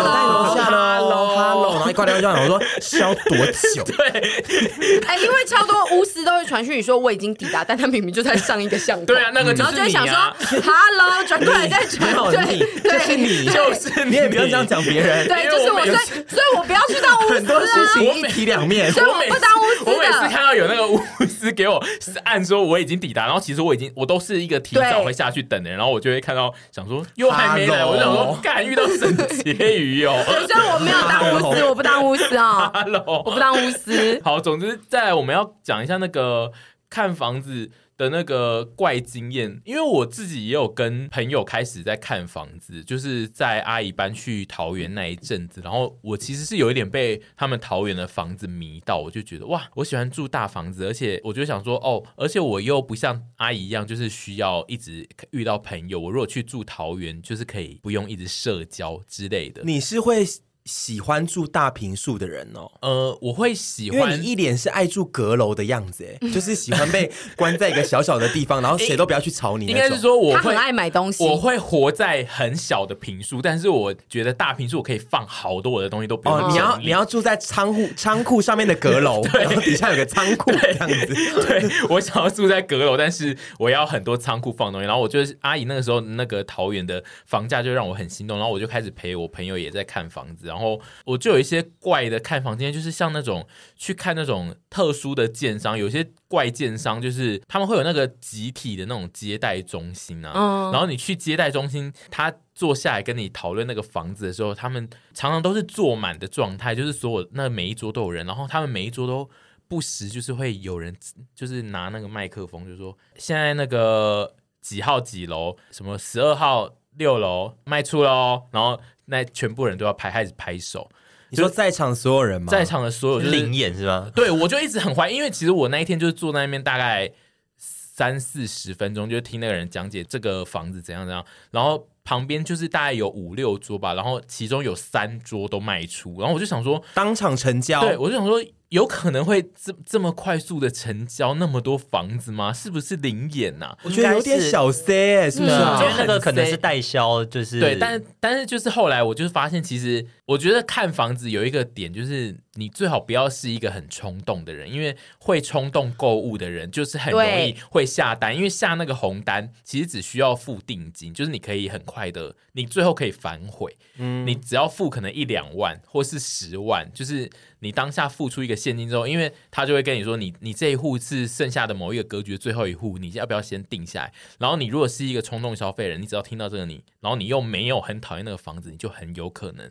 在
了
楼下了
Hello
，Hello，Hello，然后一挂掉就想说是要多久？
哎、因为超多巫师都会传讯你说我已经抵达，但他明明就在上一个巷口。
对啊那个就
然后
是
就会
你
想说
啊
“hello”，转过来再传，
好
对
你
对，
就是你
对
就是
你也不要这样讲别人，
对，就是我，
因为我每
所以所以我不要去当 巫
很
师
多事
啊。
情一体两面
所。以我
每
不
次
当巫师的，
我每次看到有那个巫师给我按说我已经抵达，然后其实我已经我都是一个提早
对
会下去等的人，然后我就会看到想说又还没来，
Hello
我就想说干遇到沈婕妤
对，
哦
所以我没有当巫师，我不当巫师啊、我
，Hello，
不当巫师。
好，总之再来我们要讲一下那个看房子。的那个怪经验，因为我自己也有跟朋友开始在看房子，就是在阿姨搬去桃园那一阵子，然后我其实是有一点被他们桃园的房子迷到，我就觉得哇，我喜欢住大房子，而且我就想说哦，而且我又不像阿姨一样，就是需要一直遇到朋友，我如果去住桃园，就是可以不用一直社交之类的。
你是会喜欢住大平数的人哦。
呃，我会喜
因为
欢
你一脸是爱住阁楼的样子，哎，就是喜欢被关在一个小小的地方，然后谁都不要去吵你那
应
种。
该是说我
他
会
很爱买东西，
我会活在很小的平数，但是我觉得大平数我可以放好多我的东西都不用
哦，
整理。
你要你要住在仓 库仓库上面的阁楼，然后底下有个仓库这样子。
对我想要住在阁楼，但是我要很多仓库放东西。然后我就是阿姨那个时候那个桃园的房价就让我很心动，然后我就开始陪我朋友也在看房子，然后我就有一些怪的看房经验，就是像那种去看那种特殊的建商，有些怪建商就是他们会有那个集体的那种接待中心啊，
嗯
然后你去接待中心，他。坐下来跟你讨论那个房子的时候，他们常常都是坐满的状态，就是所有那每一桌都有人，然后他们每一桌都不时就是会有人就是拿那个麦克风，就说现在那个几号几楼，什么十二号六楼卖出喽，然后那全部人都要拍开始拍手，
你说在场所有人吗？
在场的所有就是
灵眼是吧？
对我就一直很怀疑，因为其实我那一天就是坐在那边大概三四十分钟，就听那个人讲解这个房子怎样怎样，然后。旁边就是大概有五六桌吧，然后其中有三桌都卖出，然后我就想说，
当场成交，
对我就想说，有可能会这这么快速的成交那么多房子吗？是不是灵眼呐、啊
我觉得有点小 C，哎是不是
嗯
我
啊
觉得？
嗯
那个
很
可能
塞
是代销，就是
对，但但是就是后来我就是发现，其实我觉得看房子有一个点，就是你最好不要是一个很冲动的人，因为会冲动购物的人就是很容易
对
会下单，因为下那个红单其实只需要付定金，就是你可以很快的，你最后可以反悔，你只要付可能一两万或是十万，就是你当下付出一个现金之后，因为他就会跟你说你你这一户是剩下的某一个格局的最后一户，你要不要先定下来？然后你如果是一个冲动消费人，你只要听到这个你，然后你又没有很讨厌那个房子，你就很有可能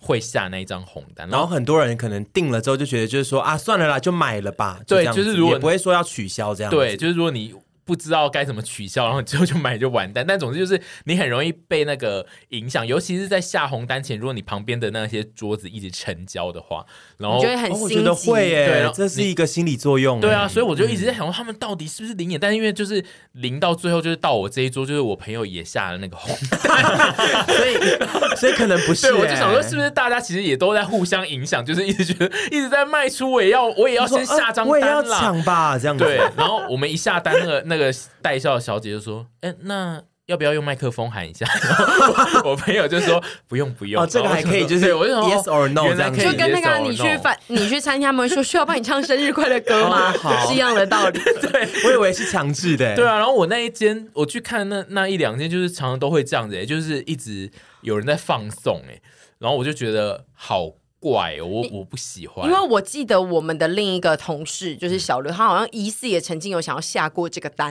会下那一张红单，
然后很多人可能定了之后就觉得就是说啊，算了啦，就买了吧。
对
这样子
就是如果
也不会说要取消这样子。
对，就是如果你不知道该怎么取消，然后你最后就买就完蛋。但总之就是你很容易被那个影响，尤其是在下红单前，如果你旁边的那些桌子一直成交的话，然后
你就会很
哦我觉
心
得
急。
会
对
耶
然，后
这是一个心理作用欸耶。
对啊，所以我就一直在想说，他们到底是不是零眼？但是因为就是零到最后，就是到我这一桌，就是我朋友也下了那 个红单，所以
所以可能不是欸耶。
对我就想说，是不是大家其实也都在互相影响，就是一直觉得一直在卖出，我也要我也要
说
先下张
啊我也要
单啦。
抢吧，这样子。
对， 然后我们一下单，那个那个代销的小姐就说：“哎、那。”要不要用麦克风喊一下？ 然后我我朋友就说不用不用，
哦这个
然后
还可以
我
就是
对我就想说
yes or no
原
这样
来可以
子
就跟那个啊
yes or
你去
no
饭你去参加，他们说需要帮你唱生日快乐歌吗？是一样的道理。
我以为是强制的。欸
对，啊，然后我那一间，我去看那那一两间，就是常常都会这样子、欸，就是一直有人在放送哎、欸然后我就觉得好怪、哦，我我不喜欢，
因为我记得我们的另一个同事就是小刘，他好像疑似也曾经有想要下过这个单，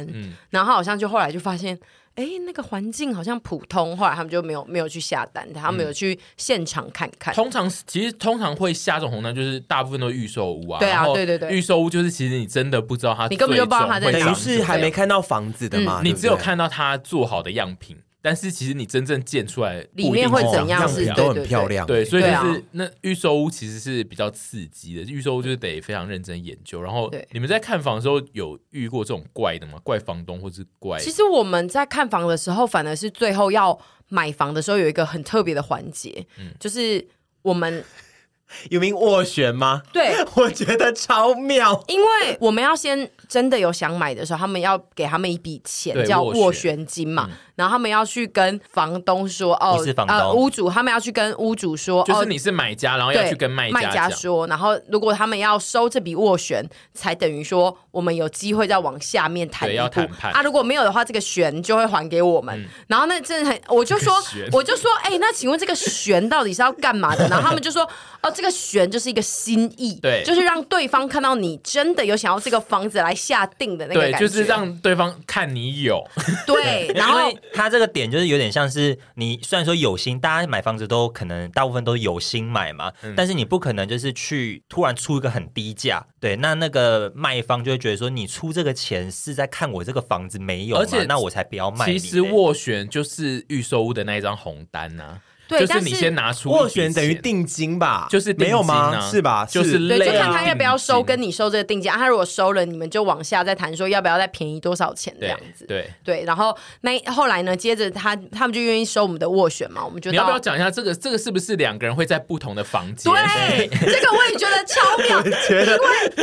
然后他好像就后来就发现，哎，那个环境好像普通，后来他们就没有没有去下单，他们有去现场看看。
通常其实通常会下这种红单，就是大部分都是预售屋啊，
对啊
然后
对对对
预售屋就是其实你真的不知道它，
你根本就不知道它在
等
长
于
什么
是
样嗯
还没看到房子的嘛，
你
对不
只有
对
看到它做好的样品，但是其实你真正建出来
里面会
不一定
怎
哦样
样
长
是
品
哦这
都
对对
很漂亮。
对，所以就
对
是、
啊
那预售屋其实是比较刺激的，预售屋就是得非常认真研究。然后
对
你们在看房的时候有遇过这种怪的吗？怪房东或是怪？
其实我们在看房的时候，反而是最后要买房的时候有一个很特别的环节，就是我们
有名斡旋吗？
对，
我觉得超妙。
因为我们要先真的有想买的时候，他们要给他们一笔钱
对
叫
斡
斡
旋嗯
旋金嘛，然后他们要去跟房东说哦
不是，房东
呃，屋主他们要去跟屋主说
就
哦
是。你是买家，然后要
对，
去跟卖
卖
家讲。
说，然后如果他们要收这笔斡旋，才等于说我们有机会再往下面谈
对
一
要
步
谈判嗯
啊。如果没有的话，这个旋就会还给我们。然后那真的很，我就 说
这个旋，
我就说，哎、那请问这个旋到底是要干 嘛的？然后他们就说，哦，这个旋就是一个心意，
对
就是让对方看到你真的有想要这个房子来下定的那个
对
感，觉，
就是让对方看你有，
对，然后
因为它这个点就是有点像是你虽然说有心，大家买房子都可能大部分都是有心买嘛，
嗯
但是你不可能就是去突然出一个很低价，对，那那个卖方就会觉得说你出这个钱是在看我这个房子没有嘛，
而且
那我才不要卖你
其
嘞。
实斡旋就是预售屋的那一张红单呐、
对
就是
但
你
是
先拿出一笔
斡旋等于
钱，
定金吧？
就是定
没有
金啊
吗？是吧？
就是
对，
累
就
啊
看他要不要收，
定金
跟你收这个定价。啊他如果收了，你们就往下再谈，说要不要再便宜多少钱这
对
样子。
对。
对，然后那后来呢，接着他他们就愿意收我们的斡旋嘛，我们就哦
你要不要
到。
讲一下这个？这个是不是两个人会在不同的房间？
对，这个我也觉得超妙，
觉得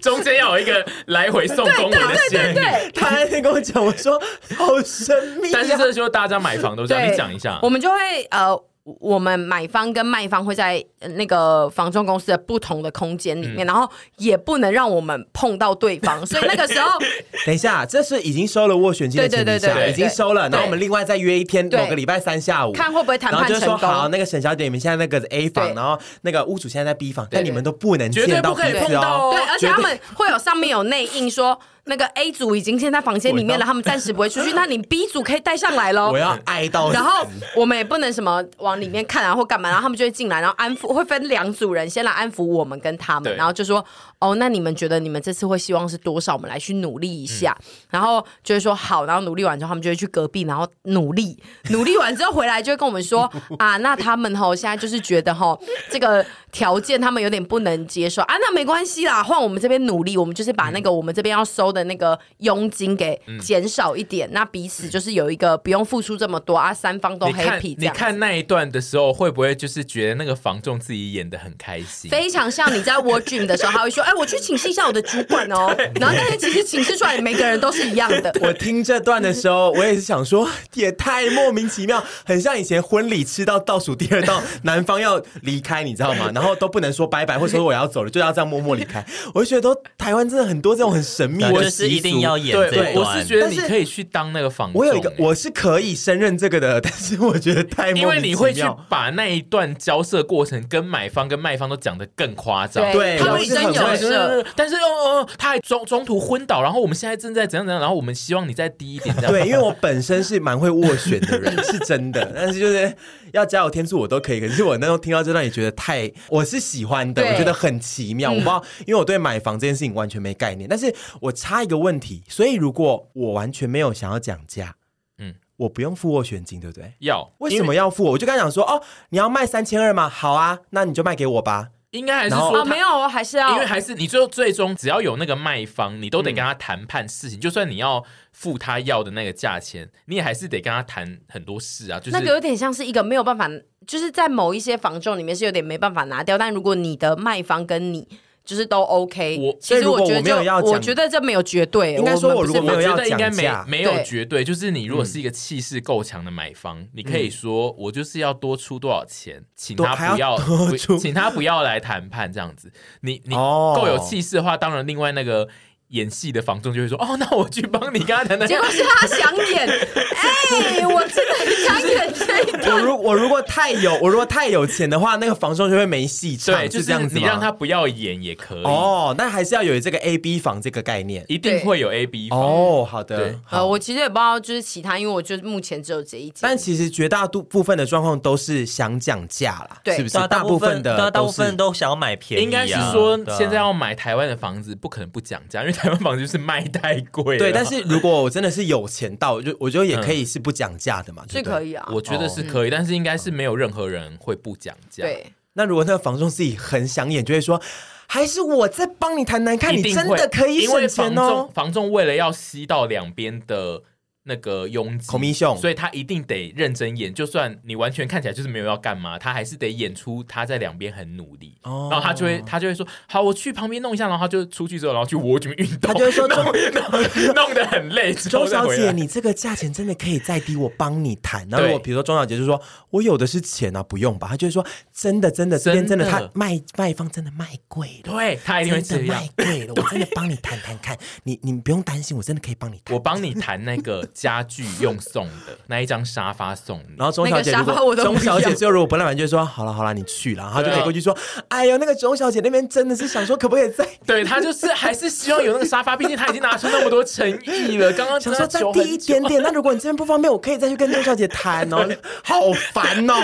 中间要有一个来回送公文的
对
线路。
对。
他那天跟我讲，我说好神秘啊。
但是这时候大家买房都这样，
对
你讲一下
我。们就会呃，我们买方跟卖方会在呃那个房仲公司的不同的空间里面，然后也不能让我们碰到对方，所以那个时候
等一下，这是已经收了斡旋金的前提
对对对
下，
对
已经收了，然后我们另外再约一天，
对
某个礼拜三下午
看会不会谈
然后
判
就
成
说
功。
好，那个沈小姐，你们现在那个 A 房，
对
然后那个屋主现在在 B 房，但你们都不能
绝对
见到
不可以
彼此
碰
哦。
到哦
对，而且他们会有上面有内应说，那个 A 组已经先在房间里面
我知
了，
道
他们暂时不会出去，那你 B 组可以带上来喽
我。要爱到死，
然后 我们也不能什么往里面看啊，或干嘛，然后他们就会进来，然后安抚，会分两组人，先来安抚我们跟他们，
对
然后就说，哦，那你们觉得你们这次会希望是多少？我们来去努力一下，然后就会说好，然后努力完之后，他们就会去隔壁，然后努力，努力完之后回来就会跟我们说，啊，那他们吼现在就是觉得吼这个条件他们有点不能接受啊，那没关系啦，换我们这边努力，我们就是把那个我们这边要收的那个佣金给减少一点，那彼此就是有一个不用付出这么多啊，三方都
你看
happy 这
你
样。
看那一段的时候，会不会就是觉得那个房仲自己演的很开心？
非常像你在 War Dream 的 时候，他会说：“哎，我去请示一下我的主管哦。”然后但是其实请示出来，每个人都是一样的。
我听这段的时候，我也是想说， 也太莫名其妙，很像以前婚礼吃到倒数第二道，男方要离开，你知道 吗？然后都不能说拜拜，或者说我要走了，就要这样默默离开。我就觉得都台湾真的很多这种很神秘
那
的
啊
习
就
俗，
是一定要演
对
这一，
我
段。
是觉得
但
你
是
可以去当那个房仲、
我有一个
哎，
我是可以胜任这个的， 但是我觉得太
因
莫
为
名其
你会去
妙。
把那一段交涉过程跟买方跟卖方都讲得更夸张。
对我
他们
是
真
很
有
会
设，
但是哦哦，他还中中途昏倒，然后我们现在正在怎样怎样，然后我们希望你再低一点这样。
对，因为我本身是蛮会斡旋的人，是真的。但是就是要加我天助我都可以。可是我那时候听到这段也觉得太，我是喜欢的，
对
我觉得很奇
嗯
妙。我不知道，因为我对买房这件事情完全没概念。但是我插一个问题，所以如果我完全没有想要讲价，
嗯
嗯，我不用付斡旋金，对不对？
要
为什么要付？我就跟他讲说，哦，你要卖三千二吗？好啊，那你就卖给我吧。
应该还是
然后
说
啊，
他
没有哦，还是要
因为还是你最后最终只要有那个卖方，你都得跟他谈判事情，就算你要付他要的那个价钱，你也还是得跟他谈很多事啊，就是
那个有点像是一个没有办法，就是在某一些房仲里面是有点没办法拿掉，但如果你的卖方跟你就是都 OK，
我
其
所以
实
如果
觉得
我没有要
就我
讲
觉得这没有绝对，
应该说
们
我
不是
如果没有要
我觉得应该
讲
没
价
没有
对
绝对，就是你如果是一个气势够强的买方，你可以说我就是要多出多少钱，请
多
他
还
不
要
要
多
不
出
请他不要来谈判这样子。你你
哦
够有气势的话，当然另外那个演戏的房东就会说，哦，那我去帮你跟 他谈谈。
结果是他想演，哎、我真的很想演这一
我
段。
如我如果太有我如果太有钱的话，那个房仲就会没戏唱，
对，就是
这样子
你
吗
让他不要演也可以，
哦，那还是要有这个 A B 房这个概念。
一定
对
会有 A B 房。
哦，好
对
的，
呃，
好。
我其实也不知道，就是其他，因为我就目前只有这一集。
但其实绝大多部分的状况都是想讲价啦，
对
是不是
对啊？
大部分
对啊
的
大部
都
分
是。
都想要买便宜啊，
应该是说，
对啊
现在要买台湾的房子，不可能不讲价，因为台湾房子就是卖太贵了。
对，但是如果我真的是有钱到， 我就我就也可以是不讲价的嘛，
是
对不对
可。以啊，
我觉得是可
哦
以，但是应该是没有任何人会不讲价。，
对，
那如果那个房仲自己很想演，就会说，还是我在帮你谈谈看，
一
你
定
真
会
的可以
因为
省
房
钱
仲
哦。
房仲为了要吸到两边的那个佣金
Commission
所以他一定得认真演，就算你完全看起来就是没有要干嘛，他还是得演出他在两边很努力。
哦
然后他就会他就会说，好，我去旁边弄一下，然后他就出去之后，然后去我怎么运动，
他就会说
弄弄弄得很累，之 后
周
再
小
回
姐，
来。
你这个价钱真的可以再低，我帮你谈。然后如果
对
比如说周小姐就说，我有的是钱啊，不用吧？她就会说，真的真的，这边真的，哎
真的
他卖卖方真的卖贵了，
对他一定会这
真的
样
卖。 贵了，我真的帮你谈谈看，你你不用担心，我真的可以帮你谈
我。帮你谈那个家具用送的那一张沙发送你，
然后钟小姐
那个
如
沙发我
果
都不
钟小
要
姐最后如果不耐烦，就会说好了好了，你去了，然后她就可以过去说，哎呦那个钟小姐那边真的是想说可不可以再
对他就是还是希望有那个沙发，毕竟他已经拿出那么多诚意了。刚 刚
想说再
求
低
很
一点点，那如果你这边不方便，我可以再去跟钟小姐谈哦， 好烦哦。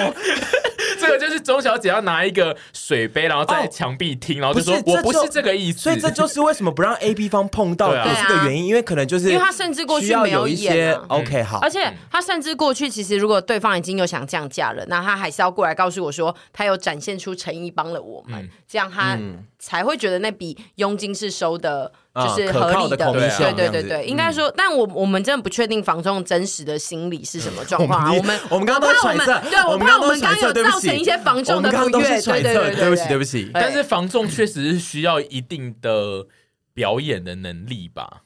久，这个就是钟小姐要拿一个水杯，然后在墙壁听，然后就说
不是
我不
哦这
是
就
这个意思，
所以这就是为什么不让 A B 方碰到
对啊嗯
也是个原因，因为可能就是
因为他甚至过去
需要
没有
有一些
演啊
OK 好嗯
而，且他甚至过去，其实如果对方已经有想降价了，那他还是要过来告诉我说，他有展现出诚意帮了我
嗯
们，这样他才会觉得那笔佣金是收的，就
啊
是
可
合
靠
理
的口
对啊
对
这
对对
样子嗯
对，应该说，但我我们真的不确定房仲真实的心理是什么状 况啊。我们
我们刚刚都
我
是
怕我
揣
们
测，
对我
们
怕
刚刚
我
都
们
是
刚
揣
刚有
测，对不
造
起
成一些房
我
仲
们
的
刚
不
刚都
悦，
是揣
对
测，
对
对不起对不起。
起。对
但是房仲确实是需要一定的表演的能力吧。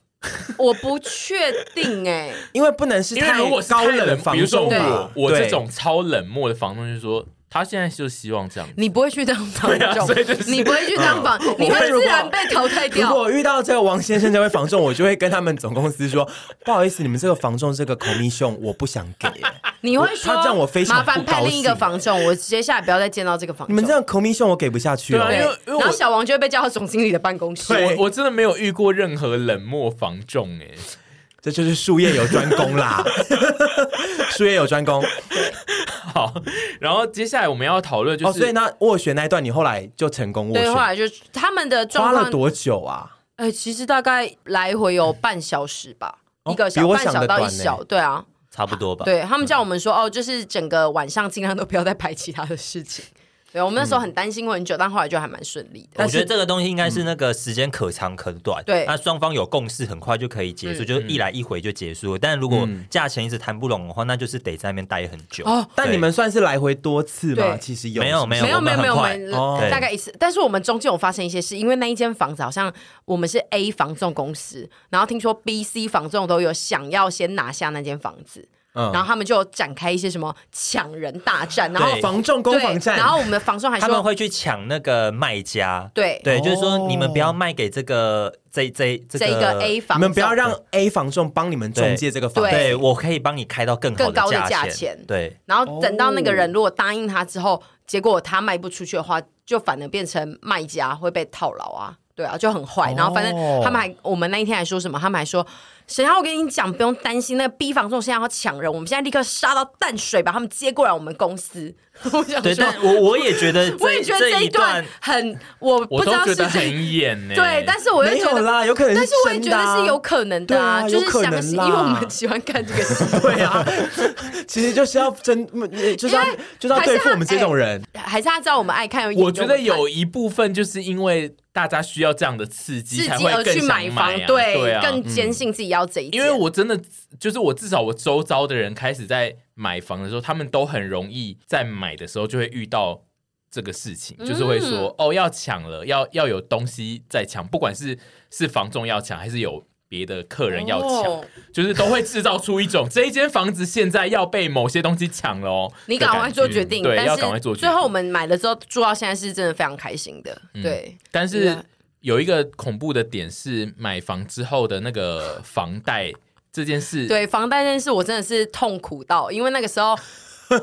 我不确定哎，
因为不能是
因为
太
如果是
高
太冷
冷房
比如说
仲
我
吧，
我
对
这种超冷漠的房东就说，他现在就希望这样。
你不会去当房
对 啊
仲
所以就是，
你不会去当房，
哦
你会自然被淘汰
如
掉。
果我遇到这个王先生这位房仲，我就会跟他们总公司说，不好意思，你们这个房仲这个 commission 我不想给，
你会说
他让我非常
麻烦
不高
派
兴
另一个房仲，我接下来不要再见到这个房
你
仲。
们这样 commission 我给不下去
对
哦
啊，。因为因为
然后
我
小王就会被叫到总经理的办公室。
我我真的没有遇过任何冷漠房仲哎、
这就是术业有专攻啦， 术业有专攻。
好， 然后接下来我们要讨论就
哦，
是
所以呢，斡旋那一段你后来就成功斡
对，
旋
后，来就他们的状
花了
况，
多久啊？
呃，其实大概来回有半小时吧，
哦
一个
比
小
我
半
想
小
的
到一
短呢嗯
小，对啊，
差不多吧。
对他们叫我们说，哦，就是整个晚上尽量都不要再排其他的事情。对，我们
嗯
那时候很担心会很久，但后来就还蛮顺利的。
我觉得这个东西应该是那个时间可长可短，
对嗯
那双方有共识，很快就可以结束，就是一来一回就结束了。但如果价钱一直谈不拢的话，那就是得在那边待很久。
哦
但你们算是来回多次吗？
对
其实有
没有没
没有
我
没
们
有没有，我
很
们
快哦对
大概一次，但是我们中间有发生一些事，因为那一间房子好像我们是 A 房仲公司，然后听说 B、C 房仲都有想要先拿下那间房子，
嗯
然后他们就展开一些什么抢人大战，然后
对
防重攻
对
防战，
然后我们的房仲还
他们
说，
会去抢那个卖家，
对
对，就是
哦
说你们不要卖给这个这这这
这一个 A 房，
你们不要让 A 房仲帮你们中介这个房，
对
对我可以帮你开到更好
更高的
价
价钱
对。
然后等到那个人如果答应他之后，结果他卖不出去的话，就反而变成卖家会被套牢啊。对啊，就很坏。然后反正他们还，我们那一天还说什么？他们还说，沈阳，我跟你讲，不用担心，那个 B 房仲现在要抢人，我们现在立刻杀到淡水，把他们接过来我们公司。我想
对，
说，
但我我也 觉得这，
我也觉得
这
这一段
段
很，我不
我
知
都
道
觉
是
得
谁。
很欸演呢、
对，但是我又
没
觉
有
得。
啦，有可能
但是我也
真
觉
的啊
得是有可能的
对啊
就
有
是
可
详
能
细，因
啦
为我们喜欢看这个戏。对啊，
其实就是要真，就是要就是要
还是
对付
他
我们这种人。
还是他知道我们爱看，
我觉得有一部分就是因为大家需要这样的刺激，
自
才
己
会
而
更
去
想
买
买
房，
啊
对，
对啊，
更坚信自己要这一件。
因为我真的就是我，至少我周遭的人开始在买房的时候，他们都很容易在买的时候就会遇到这个事情，
嗯
就是会说哦要抢了，要要有东西在抢，不管是是房仲要抢，还是有别的客人要抢，
哦
就是都会制造出一种这一间房子现在要被某些东西抢了哦，
你
的感
赶快做
觉
决定，
对，
但
要
是
赶快做决定。嗯
最后我们买了之后住到现在是真的非常开心的，对，
但
对
是
啊
有一个恐怖的点是，买房之后的那个房贷这件事，
对，房贷这件事我真的是痛苦到，因为那个时候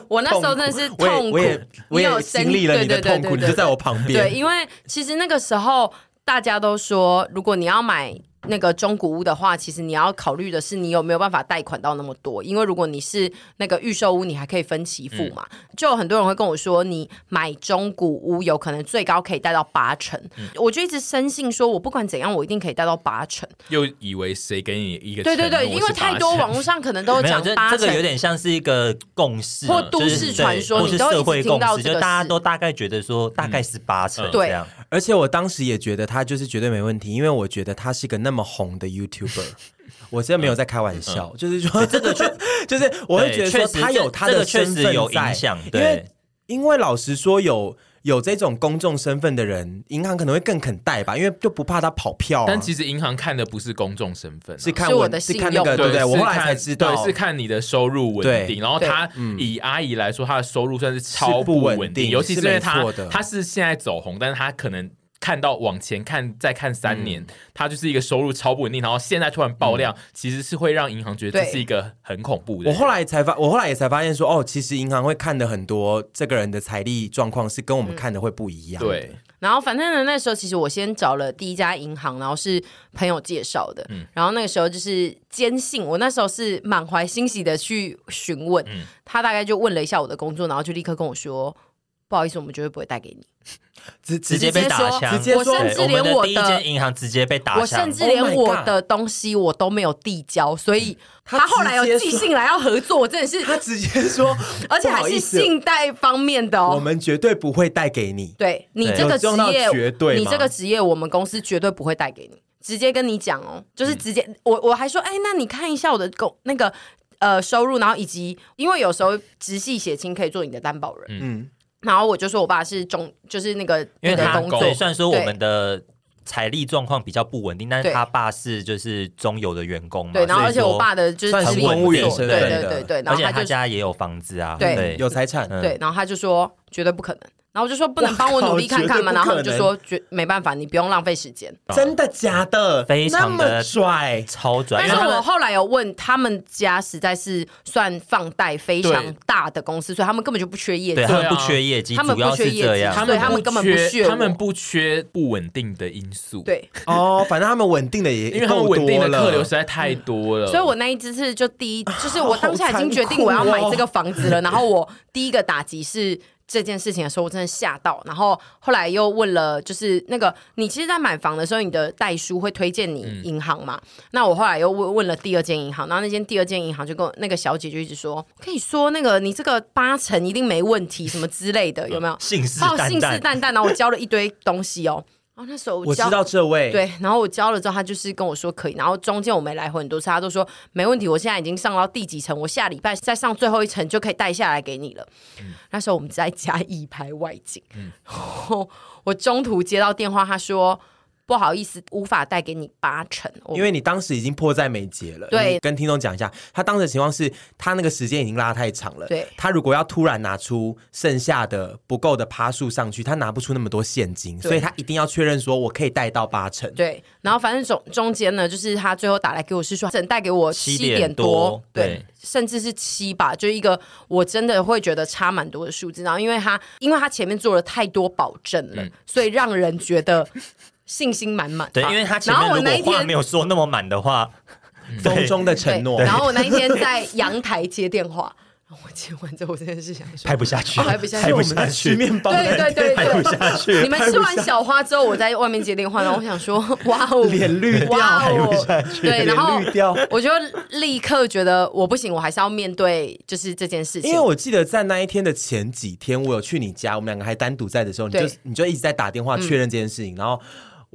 我那时候真的 是
我
哎痛
也
苦
我也，我
你有
也
深
经历了
对
你的
对对
痛苦，
对
你
对
就在我旁
对，
边。
因为其实那个时候大家都说，如果你要买那个中古屋的话，其实你要考虑的是你有没有办法贷款到那么多，因为如果你是那个预售屋，你还可以分期付嘛。就有很多人会跟我说，你买中古屋有可能最高可以贷到八成，我就一直深信说，我不管怎样，我一定可以贷到八成。
又以为谁给你一个
对对
承诺
对，
是
因为太多
八成
网络上可能都
没有
讲
这
八
这
成，
个有点像是一个共识啊
或
就
都
是
市
对
传说
或
你
是
都一直
社会
听
共
到
识，
这
就
个
大家
事
都大概觉得说大概是八
嗯
成这
对
样。
而且我当时也觉得他就是绝对没问题，因为我觉得他是一个那么红的 YouTuber，我真的没有在开玩笑，就是说这个 就就是我会觉得说
对确实
他有
这
他
这
的
个确
身
实
份
有
在
影响
因为
对
因为老实说有。有这种公众身份的人，银行可能会更肯贷吧，因为就不怕他跑票啊、
但其实银行看的不是公众身份啊、
是看
是我
文
的
是
信
看那
用
个，对不对？
是
我后来
看
才知道
对，是看你的收入稳
对嗯
定。然后
对
他以阿姨来说，她的收入算是超
是不稳
稳
定
尤其是因为
是没
她
错的
她是现在走红，但是她可能。看到往前看，再看三
嗯
年，她就是一个收入超不稳定，然后现在突然爆量，其实是会让银行觉得这
对
是一个很恐怖的
我
人。
后来才发，我后来也才发现说，哦，其实银行会看的很多这个人的财力状况是跟我们看的会不一样。
对，
然后反正呢，那时候其实我先找了第一家银行，然后是朋友介绍的。然后那个时候就是坚信，我那时候是满怀欣喜的去询问，他大概就问了一下我的工作，然后就立刻跟我说。不好意思，我们绝对不会带给你。
直
直
直接
接被
直接
打
说
枪，
直接
我
说
甚
对
至
我
连
们
我
第一间
的，
银行直接被打
我
枪
甚，至
Oh
连
my
我
God
的东西我都没有递交，所以
嗯他
他后来
直接
有寄
说
信来要合作，我真的是，，
他直接说
而且还
不好意
是
思，
信贷方面的哦。
我们绝对不会带给你。
对你这个
有
职
用到
业，
绝对吗
你这个职业，我们公司绝对不会带给你，直接跟你讲哦，就是直接，我我还说，哎，那你看一下我的工那个呃收入，然后以及因为有时候直系血亲可以做你的担保人，
嗯，
然后我就说我爸是中，就是那个
因为
那个
他
工
对，
作，
虽然说我们的财力状况比较不稳定，但是
对
他爸是就是中油的员工嘛，
对，然后
所
而
以
且我
说
爸的就是
算
是
直系
公务员
工作
身份
对对
的
对对，然
而
后
且
他
他
就
家也有房子啊，
对
有财产，
嗯
对，然后他就说绝对不可能。然后我就说不能帮我努力看看吗？
哇靠
然后他们就
绝对不可
说绝没办法，你不用浪费时间。
真的假的？
非常的
那么 拽，
超拽，
但
因
是
为他
我
们
后来有问他们家，实在是算放贷非常大的公司，所以他们根本就不缺业绩
对。他们
对啊
不缺业绩，
他们
主
不
要
缺
是
业绩
这样，
他们
他
根本不
缺
屑我
他们不缺不稳定的因素，，
对，
哦，反正他们稳定的也
因为他们稳定的
够多了
客流实在太多了，
嗯所以我那一次是就第一，就是我当下已经决定我要买这个房子了，然后我第一个打击是。这件事情的时候，我真的吓到。然后后来又问了，就是那个你其实，在买房的时候，你的代书会推荐你银行嘛？那我后来又问问了第二间银行，然后那间第二间银行就跟我那个小姐就一直说，我跟你说那个你这个八成一定没问题，什么之类的，有没有？
信誓
哦，
旦
信誓
旦，
旦旦，然后我交了一堆东西哦。然后那时候
我知
交
道这位，，
对，然后我交了之后，他就是跟我说可以，然后中间我没来回很多次，他都说没问题，我现在已经上到第几层，我下礼拜再上最后一层就可以带下来给你了。那时候我们在嘉义拍外景，然后我中途接到电话，他说不好意思，无法带给你八成，我
因为你当时已经迫在眉睫了。
对
你跟听众讲一下，他当时的情况是他那个时间已经拉太长了。
对
他如果要突然拿出剩下的不够的趴数上去，他拿不出那么多现金，所以他一定要确认说我可以带到八成。
对，然后反正中中间呢，就是他最后打来给我是说，只能带给我
7
点
点多
对，
对
甚至是七吧，就一个我真的会觉得差蛮多的数字。然后因为他因为他前面做了太多保证了，所以让人觉得信心满满。
嗯对，因为他前面
然后我
如
那一
果话
天
没有说那么满的话，
风中的
对
承诺。
然后我那一天在阳台接电话，然后我接完之后，我真的是想说哦
拍。不下去，
拍不下去
拍
我
不
们在
下
吃
去。
面包
对
的
对对
拍不
对，
下去，
你们吃完小花之后，我在外面接电话，然后我想说， 哇哦，
脸绿掉
哇
拍不
哦
下，去
对，然后
脸绿掉
我就立刻觉得我不行，我还是要面对就是这件事情。
因为我记得在那一天的前几天，我有去你家，我们两个还单独在的时候，你就
对
你就一直在打电话确认这件事情，然后。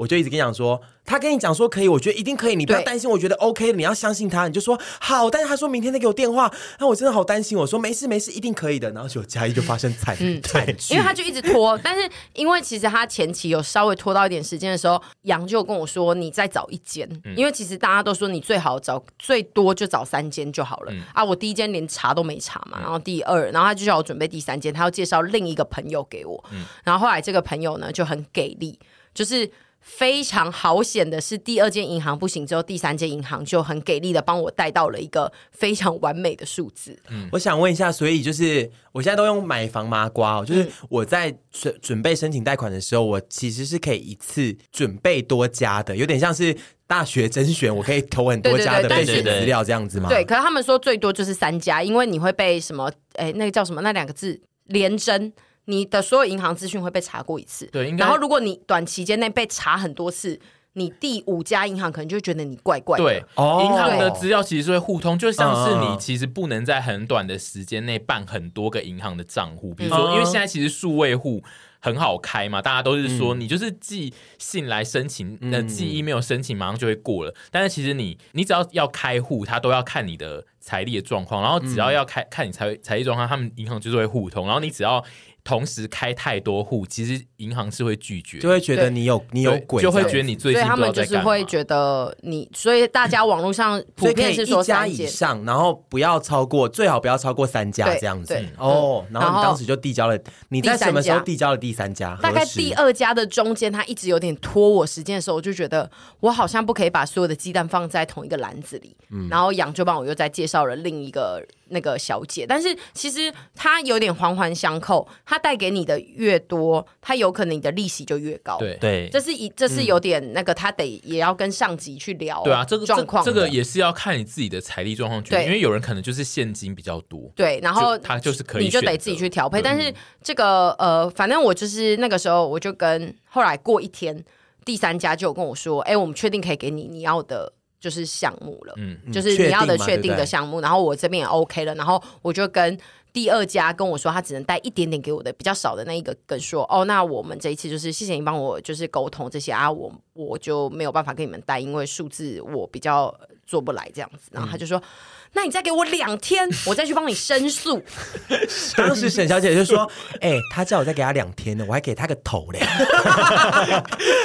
我就一直跟你讲说，他跟你讲说可以，我觉得一定可以，你不要
对
担心，我觉得 OK，你要相信他，你就说好。但是他说明天再给我电话，那我真的好担心。我说没事没事，一定可以的。然后结果嘉一就发生惨惨剧，
嗯因为他就一直拖，但是因为其实他前期有稍微拖到一点时间的时候，杨就跟我说：“你再找一间，因为其实大家都说你最好找最多就找三间就好了、啊。”我第一间连查都没查嘛，然后第二，然后他就叫我准备第三间，他要介绍另一个朋友给我，然后后来这个朋友呢就很给力，就是。非常好险的是，第二间银行不行之后，第三间银行就很给力的帮我带到了一个非常完美的数字。
嗯我想问一下，所以就是我现在都用买房麻瓜哦，
嗯
就是我在准准备申请贷款的时候，我其实是可以一次准备多家的，有点像是大学甄选，我可以投很多家的
对
备
对对
选资料这样子吗？
对，可是他们说最多就是三家，因为你会被什么？哎，那个叫什么？那两个字连征，你的所有银行资讯会被查过一次。
对应该
然后如果你短期间内被查很多次，你第五家银行可能就会觉得你怪怪的。
对，
哦
银行的资料其实是会互通，就像是
嗯嗯
你
嗯
其实不能在很短的时间内办很多个银行的账户，比
嗯
如说，因为现在其实数位户。很好开嘛，大家都是
嗯
说你就是寄信来申请，呃，寄 email 申请马上就会过了。但是其实你你只要要开户，他都要看你的财力的状况，然后
嗯
只要要开、看你财财力状况，他们银行就是会互通。然后你只要同时开太多户，其实银行是会拒绝的，
就会觉得
对
你有你有
对
鬼这样
就
子，
会觉得你最
所
近
以他
不知
们
道
就
在
是
干
会
嘛
觉得你，所以大家网络上
所
普
以可
遍
以
是说
一家
三
以
间。
上，然后不要超过，最好不要超过三家
对
这样子
对。
哦，然后
然后
你当时就递交了，你在
第三
什么时候
家
递交了第三家？
大概
何时
第二家的中间，他一直有点拖我时间的时候，我就觉得我好像不可以把所有的鸡蛋放在同一个篮子里。
嗯
然后杨就帮我又再介绍了另一个那个小姐，但是其实它有点环环相扣，它带给你的越多，它有可能你的利息就越高。
对。
对
这，是一这是有点那个，他得也要跟上级去聊
对啊，这个这
哦状况
这个
的
也是要看你自己的财力状况决定，
对
因为有人可能就是现金比较 多，
对，然后
就他就是可以
你就
选
得
择嗯
自己去调配。但是这个呃，反正我就是那个时候，我就跟后来过一天，第三家就有跟我说，哎、我们确定可以给你你要的。就是项目了，
嗯
就是你要的
确定嘛
确定
对不
的
对
项目，然后我这边也 OK 了，然后我就跟第二家跟我说，他只能带一点点给我的比较少的那一个跟说，哦，那我们这一次就是谢谢你帮我就是沟通这些啊，我我就没有办法给你们带，因为数字我比较做不来这样子，
嗯
然后他就说，那你再给我两天，我再去帮你申诉，
当时沈小姐就说：“哎、她叫我再给她两天呢，我还给她个头嘞。”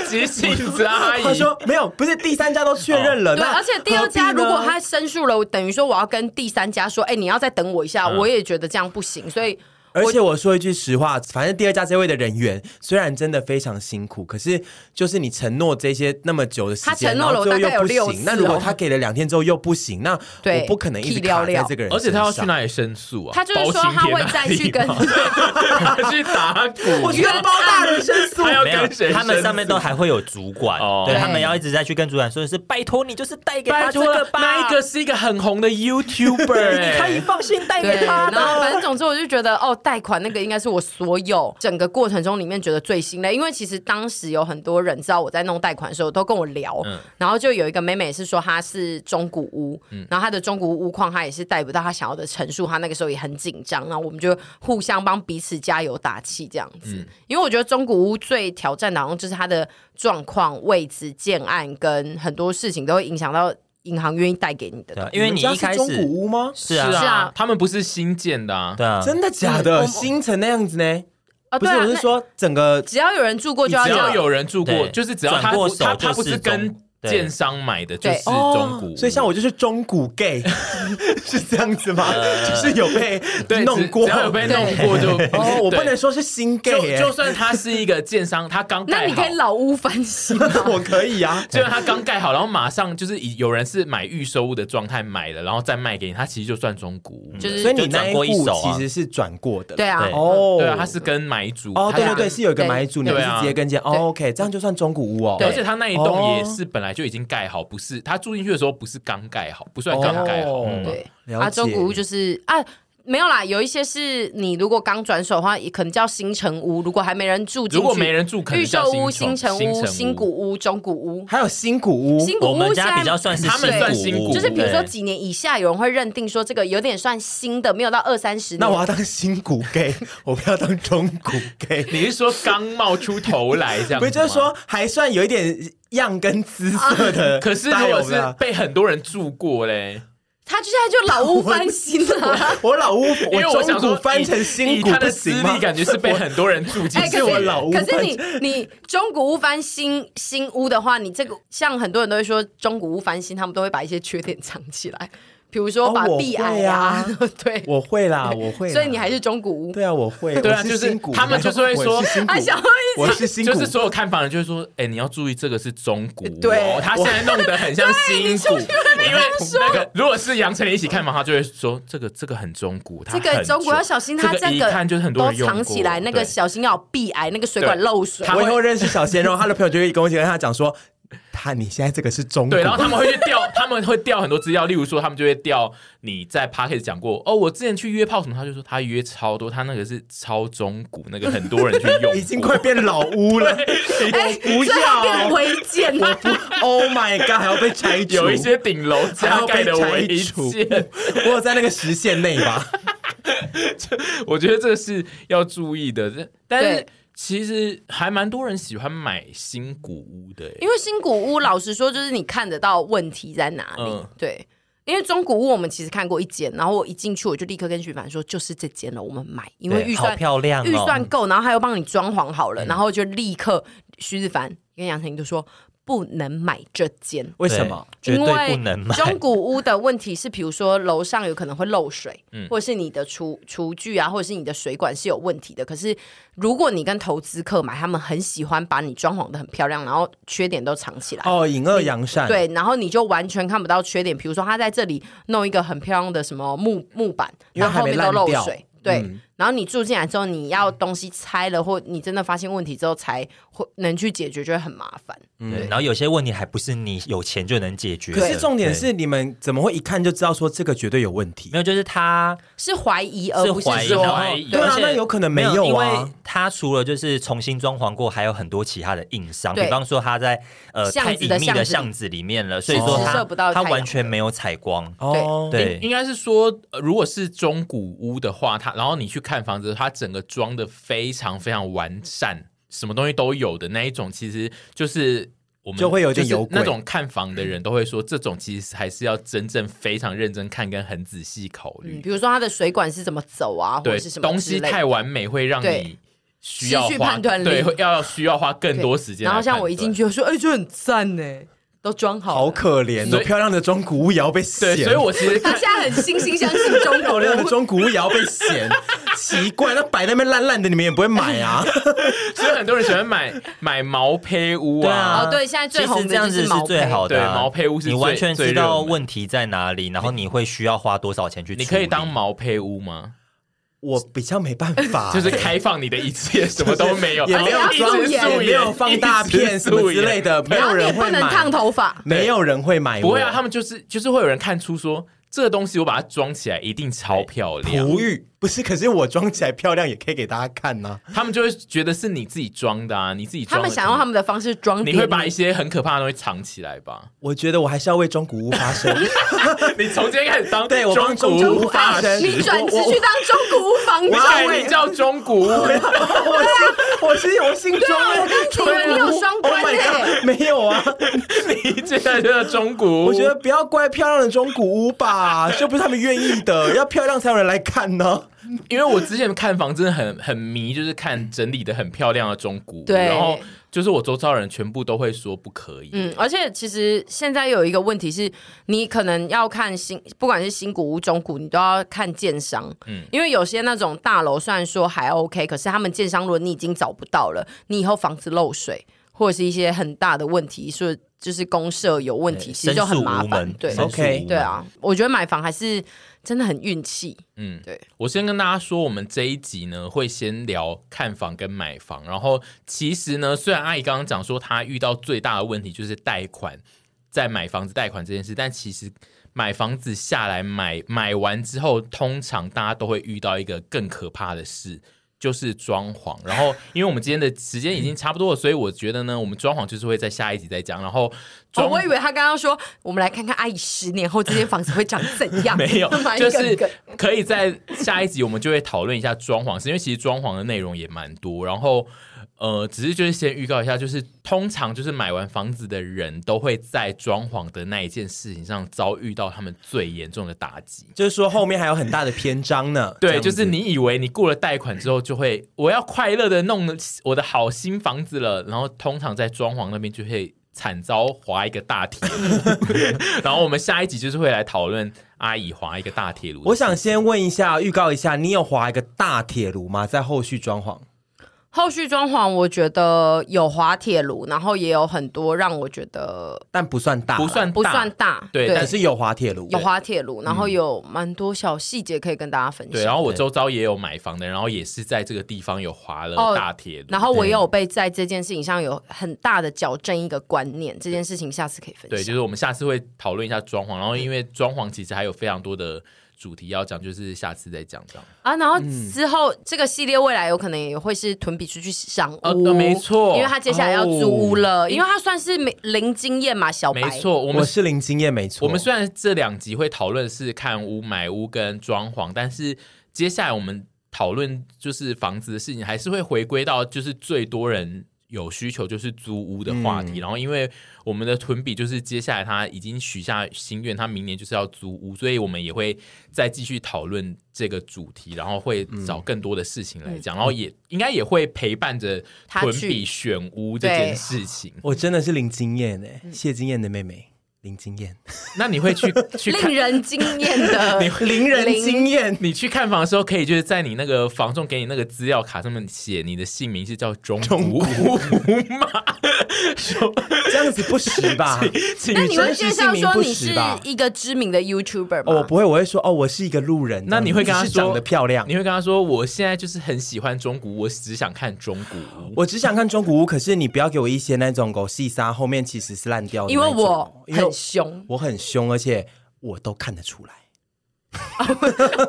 急性子啊，阿
他
姨。
说没有，不是第三家都确认了。
对， 啊
那
而且第二家
何必
如
呢
果他申诉了，等于说我要跟第三家说，哎、你要再等我一下，
嗯
我也觉得这样不行，所以
而且我说一句实话，反正第二家这位的人员虽然真的非常辛苦，可是就是你承诺这些那么久的时
他
间，
承
然
诺了
后最后又不
我大概有六
行
次。哦
那如果他给了两天之后又不行，那
对
我不可能一直
屁撩
卡
撩
在这个人身上。
而且他要去哪里申诉啊？
他就是说他会再去跟
包青天那里吗去打鼓，
冤包大人申诉。
他要
没有
跟谁申，诉？
他们上面都还会有主管
哦，
对
对
他们要一直在去跟主管说的是，拜托你就是带给他
拜
这
托
个
了，
吧，
那一个是一个很红的 YouTuber，
你可
哎
以放心带
对，
给他
然后
的。
反正总之我就觉得，哦，贷款那个应该是我所有整个过程中里面觉得最心累，因为其实当时有很多人知道我在弄贷款的时候都跟我聊，
嗯
然后就有一个妹妹是说她是中古屋，然后她的中古屋屋况她也是贷不到她想要的成数，她那个时候也很紧张，然后我们就互相帮彼此加油打气这样子，因为我觉得中古屋最挑战的好像就是它的状况、位置、建案跟很多事情都会影响到银行愿意贷给你的
对
东
啊
西。，
因为你
家
一
是
开
中古
始
屋吗？
是啊，
是啊
他们不是新建的啊，
对啊，
真的假
嗯我
的？
们
新城那样子呢？
啊，
不
对
是，我
啊，
是
那
说整个
只要有人住过就
只
这
要
样。
有人住过，
对
就是只要他
转过
不
手
他他
就
不
是
是跟
中对
建商买的，就
对
是中古
哦
屋，
所以像我就是中古 gay，是 这样子吗？就是有被
呃对
弄过，
只只要有被弄过就
哦，我不。
对
能说是新 gay，
就
耶
就算他是一个建商，他刚
那
盖
你
好
可以，老屋翻新吗？
我可以啊。
就算他刚盖好，然后马上就是以有人是买预售屋的状态买了，然后再卖给你，他其实就算中古屋。
就是
所以你那
转
一
过一
户
手
其
啊
实是转过的，
对啊，
对
哦，
对啊，他是跟买主
哦，
他
对
是
对对，是有一个买主，你不
对
是
啊
直接跟进哦
对
，OK，这样就算中古屋哦。
对
而且他那一栋也是本来就已经盖好，不是他住进去的时候不是刚盖好，不算刚盖好。
哦
嗯
对，
了解
啊，中古屋就是啊。没有啦，有一些是你如果刚转手的话，也可能叫新城屋。如果还没人住进去，
如果没人住，可能
预
叫
售屋、
新
新城
屋、
屋、新古屋、中古屋、
还有新古屋，
新古
我
屋
们
现在
家比较算是
他们
对
算新古屋
就是比如说
对
几年以下，有人会认定说这个有点算新的，没有到二三十年。
那我要当新古 gay，我 不要当中古 gay。
你是说刚冒出头来这样？
不是，就是，说还算有一点样跟姿色的 style 啦。。
啊可是如果是被很多人住过嘞，
他就现在就老屋翻新啊 了
我老屋，
因为
中
想说
古翻成
以
新
以
古
他
不
的资
行吗
历？感觉是被很多人住进
哎，
去
可
是我
的。
老屋
可
翻
是你你中古屋翻新新屋的话，你这个像很多人都会说中古屋翻新，他们都会把一些缺点藏起来，比如说
哦
把
我
壁
会
癌
啊
对，
我会啦，我会啦。
所以你还是中古屋。
对啊，我会。
啊对啊
我
就是
新古
他们就是会说
我是新古
啊，小一
我是新古，
就是所有看房人就会说，哎，你要注意这个是中古
呃
屋哦，
对
他现在弄得很像 新古，因为那个如果是杨丞琳一起看房，他就会说这个这个很中古，它
这个
很
中古要
旧
小心，它
这一看就是很多
都
人用
藏起来，
过
那个
对
小心要有壁癌，那个水管
对
漏水
他。
我
会
以后认识小鲜肉，他的朋友就会跟我讲，跟他讲说，他你现在这个是中古，
对，然后他们会去调， 他们会调很多资料，例如说他们就会调你在 p a r k e t 讲过，哦，我之前去约炮什么，他就说他约超多，他那个是超中古，那个很多人去用 过，
已经快变老屋 了。
哎，
不
所以它变
要
违建了。
Oh my god，还要被拆除，
有一些顶楼
还
加
要
盖
被
的违
拆除
建，，
我有在那个时限内吧？
我觉得这个是要注意的，但但是
对
其实还蛮多人喜欢买新古屋的欸耶，
因为新古屋，老实说，就是你看得到问题在哪里。
嗯
对，因为中古屋我们其实看过一间，然后我一进去我就立刻跟徐凡说，就是这间了，我们买，因为
对
预
好
算
漂亮哦嗯
预算够，然后还有帮你装潢好了，然后就立刻徐子凡跟杨丞琳就说不能买这间。
为什么？
对绝
因为
对不能买？
中古屋的问题是，比如说楼上有可能会漏水，或者是你的厨厨具啊，或者是你的水管是有问题的。可是如果你跟投资客买，他们很喜欢把你装潢的很漂亮，然后缺点都藏起来。
哦，隐恶扬善，，
对，然后你就完全看不到缺点。比如说，他在这里弄一个很漂亮的什么木木板，
因为
然后后
还没
面都
烂
漏
掉
水。对，然后你住进来之后，你要东西拆了，或你真的发现问题之后才会能去解决，就会很麻烦。
嗯
对，然后有些问题还不是你有钱就能解决的。
可是重点
对
是，你们怎么会一看就知道说这个绝对有问题
没？有，就是他
是怀疑，而不是
怀疑，
是
然
说
后
怀疑
对啊
而且
那有可能没
没
有啊
因为他除了就是重新装潢过，还有很多其他的硬伤，
对
比方说他在呃
巷
太
子
隐
的
秘
巷
的
子
巷子里面了，所以说
是
射不到
他
太
他
阳
完全没有采光。
哦，
对
应该是说，呃如果是中古屋的话，它然后你去看房子，它整个装的非常非常完善，什么东西都有的那一种，其实就是。我们
就会有点油
就是
鬼
那种看房的人都会说，这种其实还是要真正非常认真看，跟很仔细考虑。
嗯，比如说它的水管是怎么走啊，或
对
者是什么
东
之
西
类的
太完美，会让你
对
需要
失去
花
判断力
对，会要需要花更
对
多时间来
然
判断。
后像我一进去就说，哎、这很赞呢，都装好了，
好可怜
所
哦，
以
漂亮的中古屋也要被
对，
嫌，
所以我其实
他
看
现在很惺惺相惜中
漂
国
亮的
人。
中古屋也要被嫌，奇怪，那摆那边烂烂的，你们也不会买 啊？
所以很多人喜欢买买毛坯屋
对啊，
哦对现在最
其实
红的
这样子
就是毛
是
坯
最好的啊、
对毛坯屋是
你
最
完全
最
知
热
道
门
问题在哪里，然后你会需要花多少钱去处理。
你可以当毛坯屋吗？
我比较没办法，
就是开放你的 一切，什么都没有，
哎也没有
而且要
装
哎素颜
也没有放大片什么之类
的。
的，没
然
有
后你也
人
不
会
能烫
买，
头发，
没有人会买我，
不会啊，他们就是就是会有人看出说这个东西我把它装起来一定超漂亮。
璞玉不是，可是我装起来漂亮也可以给大家看呐、
他们就会觉得是你自己装的啊，你自己
他
装的
们想用他们的方式装
你
点
会把一些很可怕的东西藏起来 吧？
我觉得我还是要为中古屋发 声。
你从今天开始当
对我帮
中
中
古
古
屋
屋发
发
声
声，
你转职去当中古屋房
我
教
改名
委。
叫中古屋，
我是我是我姓庄哎、
觉得你有双关
Oh my
欸
God，没有啊，
你现在就叫中古屋。
我觉得不要怪漂亮的中古屋 吧，这不是他们愿意的，要漂亮才有人来看呢。
因为我之前看房真的很很迷，就是看整理的很漂亮的中古屋，
对
然后就是我周遭人全部都会说不可以，
嗯，而且其实现在有一个问题是，你可能要看新，不管是新古屋、中古，你都要看建商。嗯，因为有些那种大楼虽然说还 OK，可是他们建商如果你已经找不到了，你以后房子漏水或者是一些很大的问题，说就是公社有问题，其实
申
就
诉
很麻
无
烦
门。
对，
申诉
OK，
无门
对啊，我觉得买房还是真的很运气。
嗯，
对。
我先跟大家说，我们这一集呢会先聊看房跟买房，然后其实呢，虽然阿姨刚刚讲说她遇到最大的问题就是贷款，在买房子贷款这件事，但其实买房子下来买买完之后，通常大家都会遇到一个更可怕的事。就是装潢，然后因为我们今天的时间已经差不多了，所以我觉得呢，我们装潢就是会在下一集再讲。然后
哦
装，
我以为他刚刚说，我们来看看阿姨十年后这间房子会长怎 样。
没有
埋，
就
梗
是
梗
可以在下一集我们就会讨论一下装潢，是因为其实装潢的内容也蛮多，然后。呃，只是就是先预告一下，就是通常就是买完房子的人都会在装潢的那一件事情上遭遇到他们最严重的打击。
就是说后面还有很大的篇章呢。这
对，
样子
就是你以为你过了贷款之后就会我要快乐的弄我的好新房子了，然后通常在装潢那边就会惨遭划一个大铁 路。然后我们下一集就是会来讨论阿姨划一个大铁炉的事情。
我想先问一下，预告一下，你有划一个大铁炉吗？在后续装潢，
后续装潢，我觉得有滑铁卢，然后也有很多让我觉得
但不算大，啊
不算
不算
大。
大，
对
但是有滑铁炉。
有滑铁卢，然后有蛮多小细节可以跟大家分
对，然
享。
后我周遭也有买房的，然后也是在这个地方有划了
哦
大铁路，
然后我也有被在这件事情上有很大的矫正一个观念，这件事情下次可以分享。
对，就是我们下次会讨论一下装潢，然
嗯
后因为装潢其实还有非常多的主题要讲，就是下次再讲这样。
啊，然后之后、这个系列未来有可能也会是屯比出去赏屋，
呃对没错哦
因为他接下来要租屋了，因为他算是没零经验嘛，小白。
没错，我
我
们
是零经验，没错。
我们虽然这两集会讨论是看屋、买屋跟装潢，但是接下来我们讨论就是房子的事情，还是会回归到就是最多人有需求就是租屋的话题。然后，因为我们的屯比就是接下来他已经许下心愿，他明年就是要租屋，所以我们也会再继续讨论这个主题，然后会找更多的事情来讲，然后也应该也会陪伴着
他
屯
去
比选屋这
对
件事情。
我真的是零经验哎、
嗯
谢金燕的妹妹零经验，
那你会去 去看
令人惊艳 的
零人经 验。
你去看房的时候，可以就是在你那个房仲给你那个资料卡上面写你的姓名是叫中古屋嘛？
这样子不实 吧？
请
那你会
真
介
实
绍
姓名
说
不
你
实
是
吧
一个知名的 YouTuber
哦，我
吗？
不会，我会说哦，我是一个路人。
那你会跟他
只是长
说
得漂亮
你？会跟他说，我现在就是很喜欢中古，我只想看中古屋。
我只想看中古屋，可是你不要给我一些那种狗细沙后面其实是烂掉的
因
那
为
种，
我
因为
很凶，
我很凶，而且我都看得出来。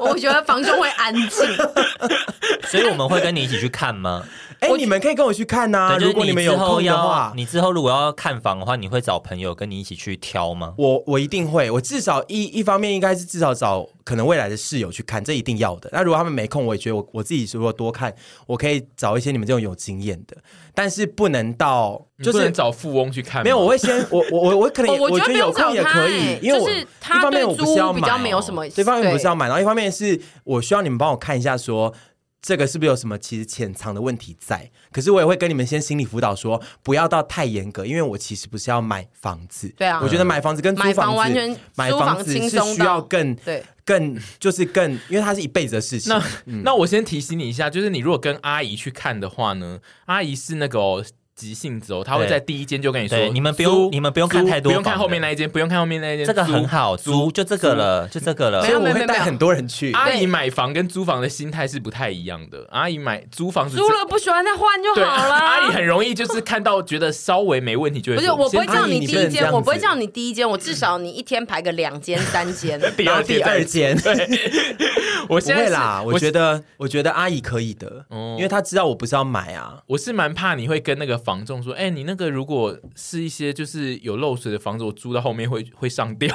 我觉得房中会安静。
所以我们会跟你一起去看吗？
哎、你们可以跟我去看呐、
对，就是
啊如果们
之
有
后
空的
要
话，
你之后如果要看房的话，你会找朋友跟你一起去挑吗？
我我一定会，我至少一一方面应该是至少找可能未来的室友去看，这一定要的。那如果他们没空，我也觉得我我自己如果多看，我可以找一些你们这种有经验的，但是不能到
你
就
不能
是。
找富翁去看吗，
没有，我会先我我我我可能
哦我觉得
觉得有空也可
不用找
以
他，欸
因为我
就是他
一方面我不是要买
对租比
哦
较没有什么
对一方面
对
不是要买，然后一方面是我需要你们帮我看一下说。这个是不是有什么其实潜藏的问题在？可是我也会跟你们先心理辅导说，不要到太严格，因为我其实不是要买房子。
对啊
我觉得买房子跟租
买
房
房
子
完全
买
租房
房子
轻
是
松
需要
到
更
对，
更就是更，因为它是一辈子的事情。
那、
嗯
那我先提醒你一下，就是你如果跟阿姨去看的话呢，阿姨是那个、哦、急性子哦，他会在第一间就跟你说，
对你们不用
租
你们不用看
租
太多
不用看
房
后面
了
那一间，不用看后面那一间，
这个
租
很好，租就这个了，就这个了
没
所以
有
我
没
会
有
带
没有
很多人去。
阿姨买房跟租房的心态是不太一样的。阿姨买租房子
租了不喜欢再换就 好
对，
了。
阿姨很容易就是看到觉得稍微没问题就会
不是，
说
我不会
先
叫
阿姨
你
你
第
不
一
能这
间，
样
我不会
子
叫你第一间，我至少你一天排个两间、三 间。
第
然后
二
第
天再
二间，
我
不
现在
会
是
啦，我
我
觉得我觉得阿姨可以的，
哦
因为她知道我不是要买啊。
我是蛮怕你会跟那个房仲说，哎、你那个如果是一些就是有漏水的房子，我租到后面会会上 吊、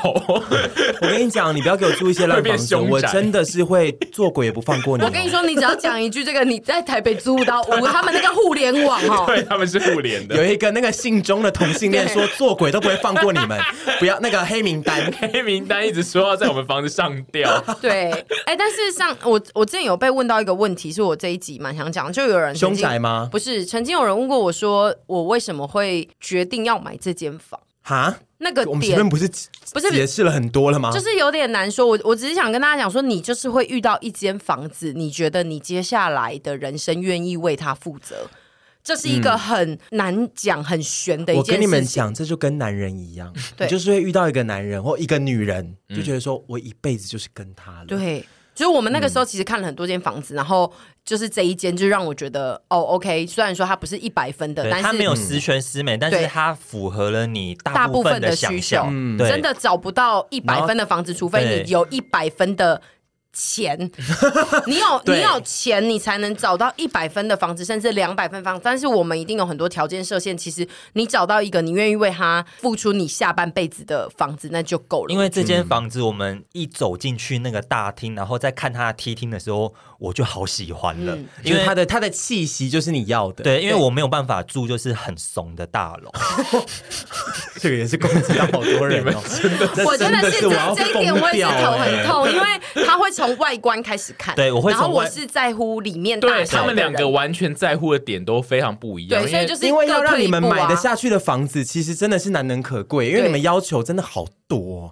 我跟你讲，你不要给我租一些烂房子，
会变凶
我
宅
真的是会做鬼也不放过你。
我跟你，说，你只要讲一句这个，你在台北租不到，我他们那个互联网 哦，
对，他们是互联的
有。一个那个姓钟的同性恋说做鬼都不会放过你们， 不要那个黑名 单。
黑名单一直说要在我们房子上吊，
对，哎、但是上我我之前有被问到一个问题，是我这一集蛮想讲，就有人曾经
凶宅吗
不是，曾经有人问过我说，我为什么会决定要买这间房？
哈，
那个
我们前
点
面不是
不是
解释了很多了吗？
就是有点难说。我我只是想跟大家讲说，你就是会遇到一间房子，你觉得你接下来的人生愿意为它负责，这是一个很难讲、很悬的一
嗯我
件
跟
事情。
你们讲，这就跟男人一样，
对
你就是会遇到一个男人或一个女人，
嗯
就觉得说我一辈子就是跟他了。，
对。就是我们那个
嗯
时候其实看了很多间房子，然后就是这一间就让我觉得哦，OK，虽然说它不是一百分的，
对
但是
它没有十全十美，但
对
是它符合了你
大
大
部
部
分
分
的
的
需求
想象，，
嗯
对
真的找不到一
然
百
后
分的房子，除非
对
你有一百分的 钱，你有
对
你有钱，你才能找到一百分的房子，甚至两百分房子。但是我们一定有很多条件设限，其实你找到一个你愿意为他付出你下半辈子的房子，那就够了。
因为这间房子，我们一走进去那个大厅，然后再看它的梯厅的时候，我就好喜欢
嗯
了，
因
因
为
为
他的他的气息就是你要的。，
对，因为我没有办法住就是很怂的大楼，
这个也是攻击到好多人哦。真的
我真的
是
是这
我要
这一点，
疯
我也
掉
是头
欸
很痛，因为他会从外观开始看，
对我会
然后
从
我
外
是在乎里面大
对
小的
他们两个
人
完全在乎的点都非常不一样。因
对，所以
为
就是
因为要
各
让
退
你们
一步
买得
啊
下去的房子，其实真的是难能可贵，因为
对
你们要求真的好多，哦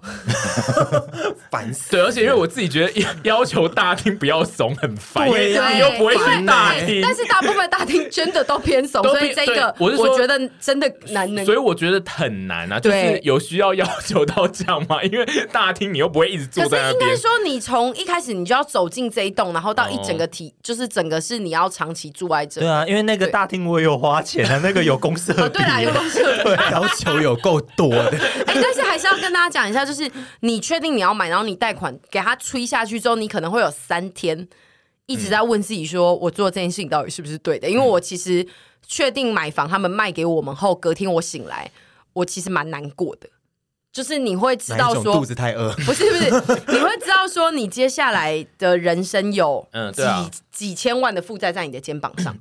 烦死。
对，而且因为我自己觉得要求大厅不要怂很烦，因
对
为
呀
你又不会
因为
去大
对
厅。
但是大部分大厅真的都偏 怂，
都
所以
偏
这
对
个
我是说
觉得真的难能
所以我觉得很难啊，就是
对
有需要要求到这样吗？ 因为大厅你又不会一直坐
可
在
是
那
应该
边，
说，你从一开始你就要走进这一栋，然后到一整
哦
个体，就是整个是你要长期住在这。
对啊，因为那个
对
大厅我也有花钱 啊，那个有公社
哦，
比啊
对啦，有公社。
要求有够多的，
哎、但是还是要跟大家讲一下，就是你确定你要买，然后你贷款给他吹下去之后，你可能会有三天一
嗯
直在问自己说，我做这件事情到底是不是对的？因为我其实确定买房，他们卖给我们后，隔天我醒来，我其实蛮难过的，就是你会知
哪
道
一种
说
肚，子太饿？
不是不是，你会知道说你接下来的人生有
嗯
几、
对啊
几千万的负债在你的肩膀 上，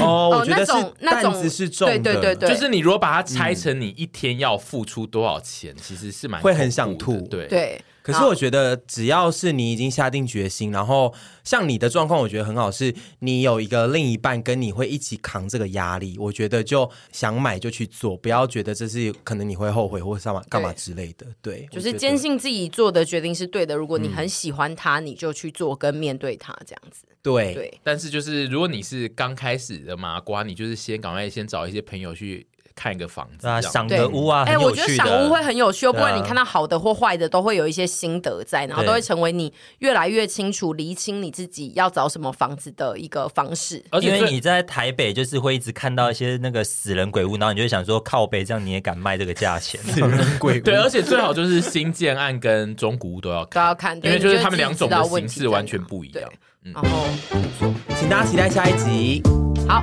哦， 我觉
那
得
种
是
那
担
种
子是重的，
对对对对，
就是你如果把它拆成你一天要付出多少钱，其实是蛮
嗯会很想
恐怖的
吐
对
对。
可是我觉得，只要是你已经下定决心，然后像你的状况，我觉得很好，是你有一个另一半跟你会一起扛这个压力，我觉得就想买就去做，不要觉得这是可能你会后悔或干嘛干嘛之类的。对，
就
我觉
是
得嗯
坚信自己做的决定是对的。如果你很喜欢它，你就去做跟面对它这样子。
对
对，
但是就是如果你是刚开始的麻瓜，你就是先赶快先找一些朋友去看一个房子，
对啊，
这样
赏个屋啊，
哎、
很
我
有
觉得
趣
赏屋会
的。
很有趣哦，不
对啊
管你看到好的或坏的，都会有一些心得在，然后
对
都会成为你越来越清楚、厘清你自己要找什么房子的一个方式。
而
因
且
为
最
你在台北就是会一直看到一些那个死人鬼屋，然后你就会想说靠北这样你也敢卖这个价钱？
鬼屋
对，而且最好就是新建案跟中古屋都要
都
看，
要看，
因为
对啊
就是
你
他们两种
自己
的
知道问
形
题
式
在
完
哪
全不嗯一样
对。然后
请大家期待下一集。
好。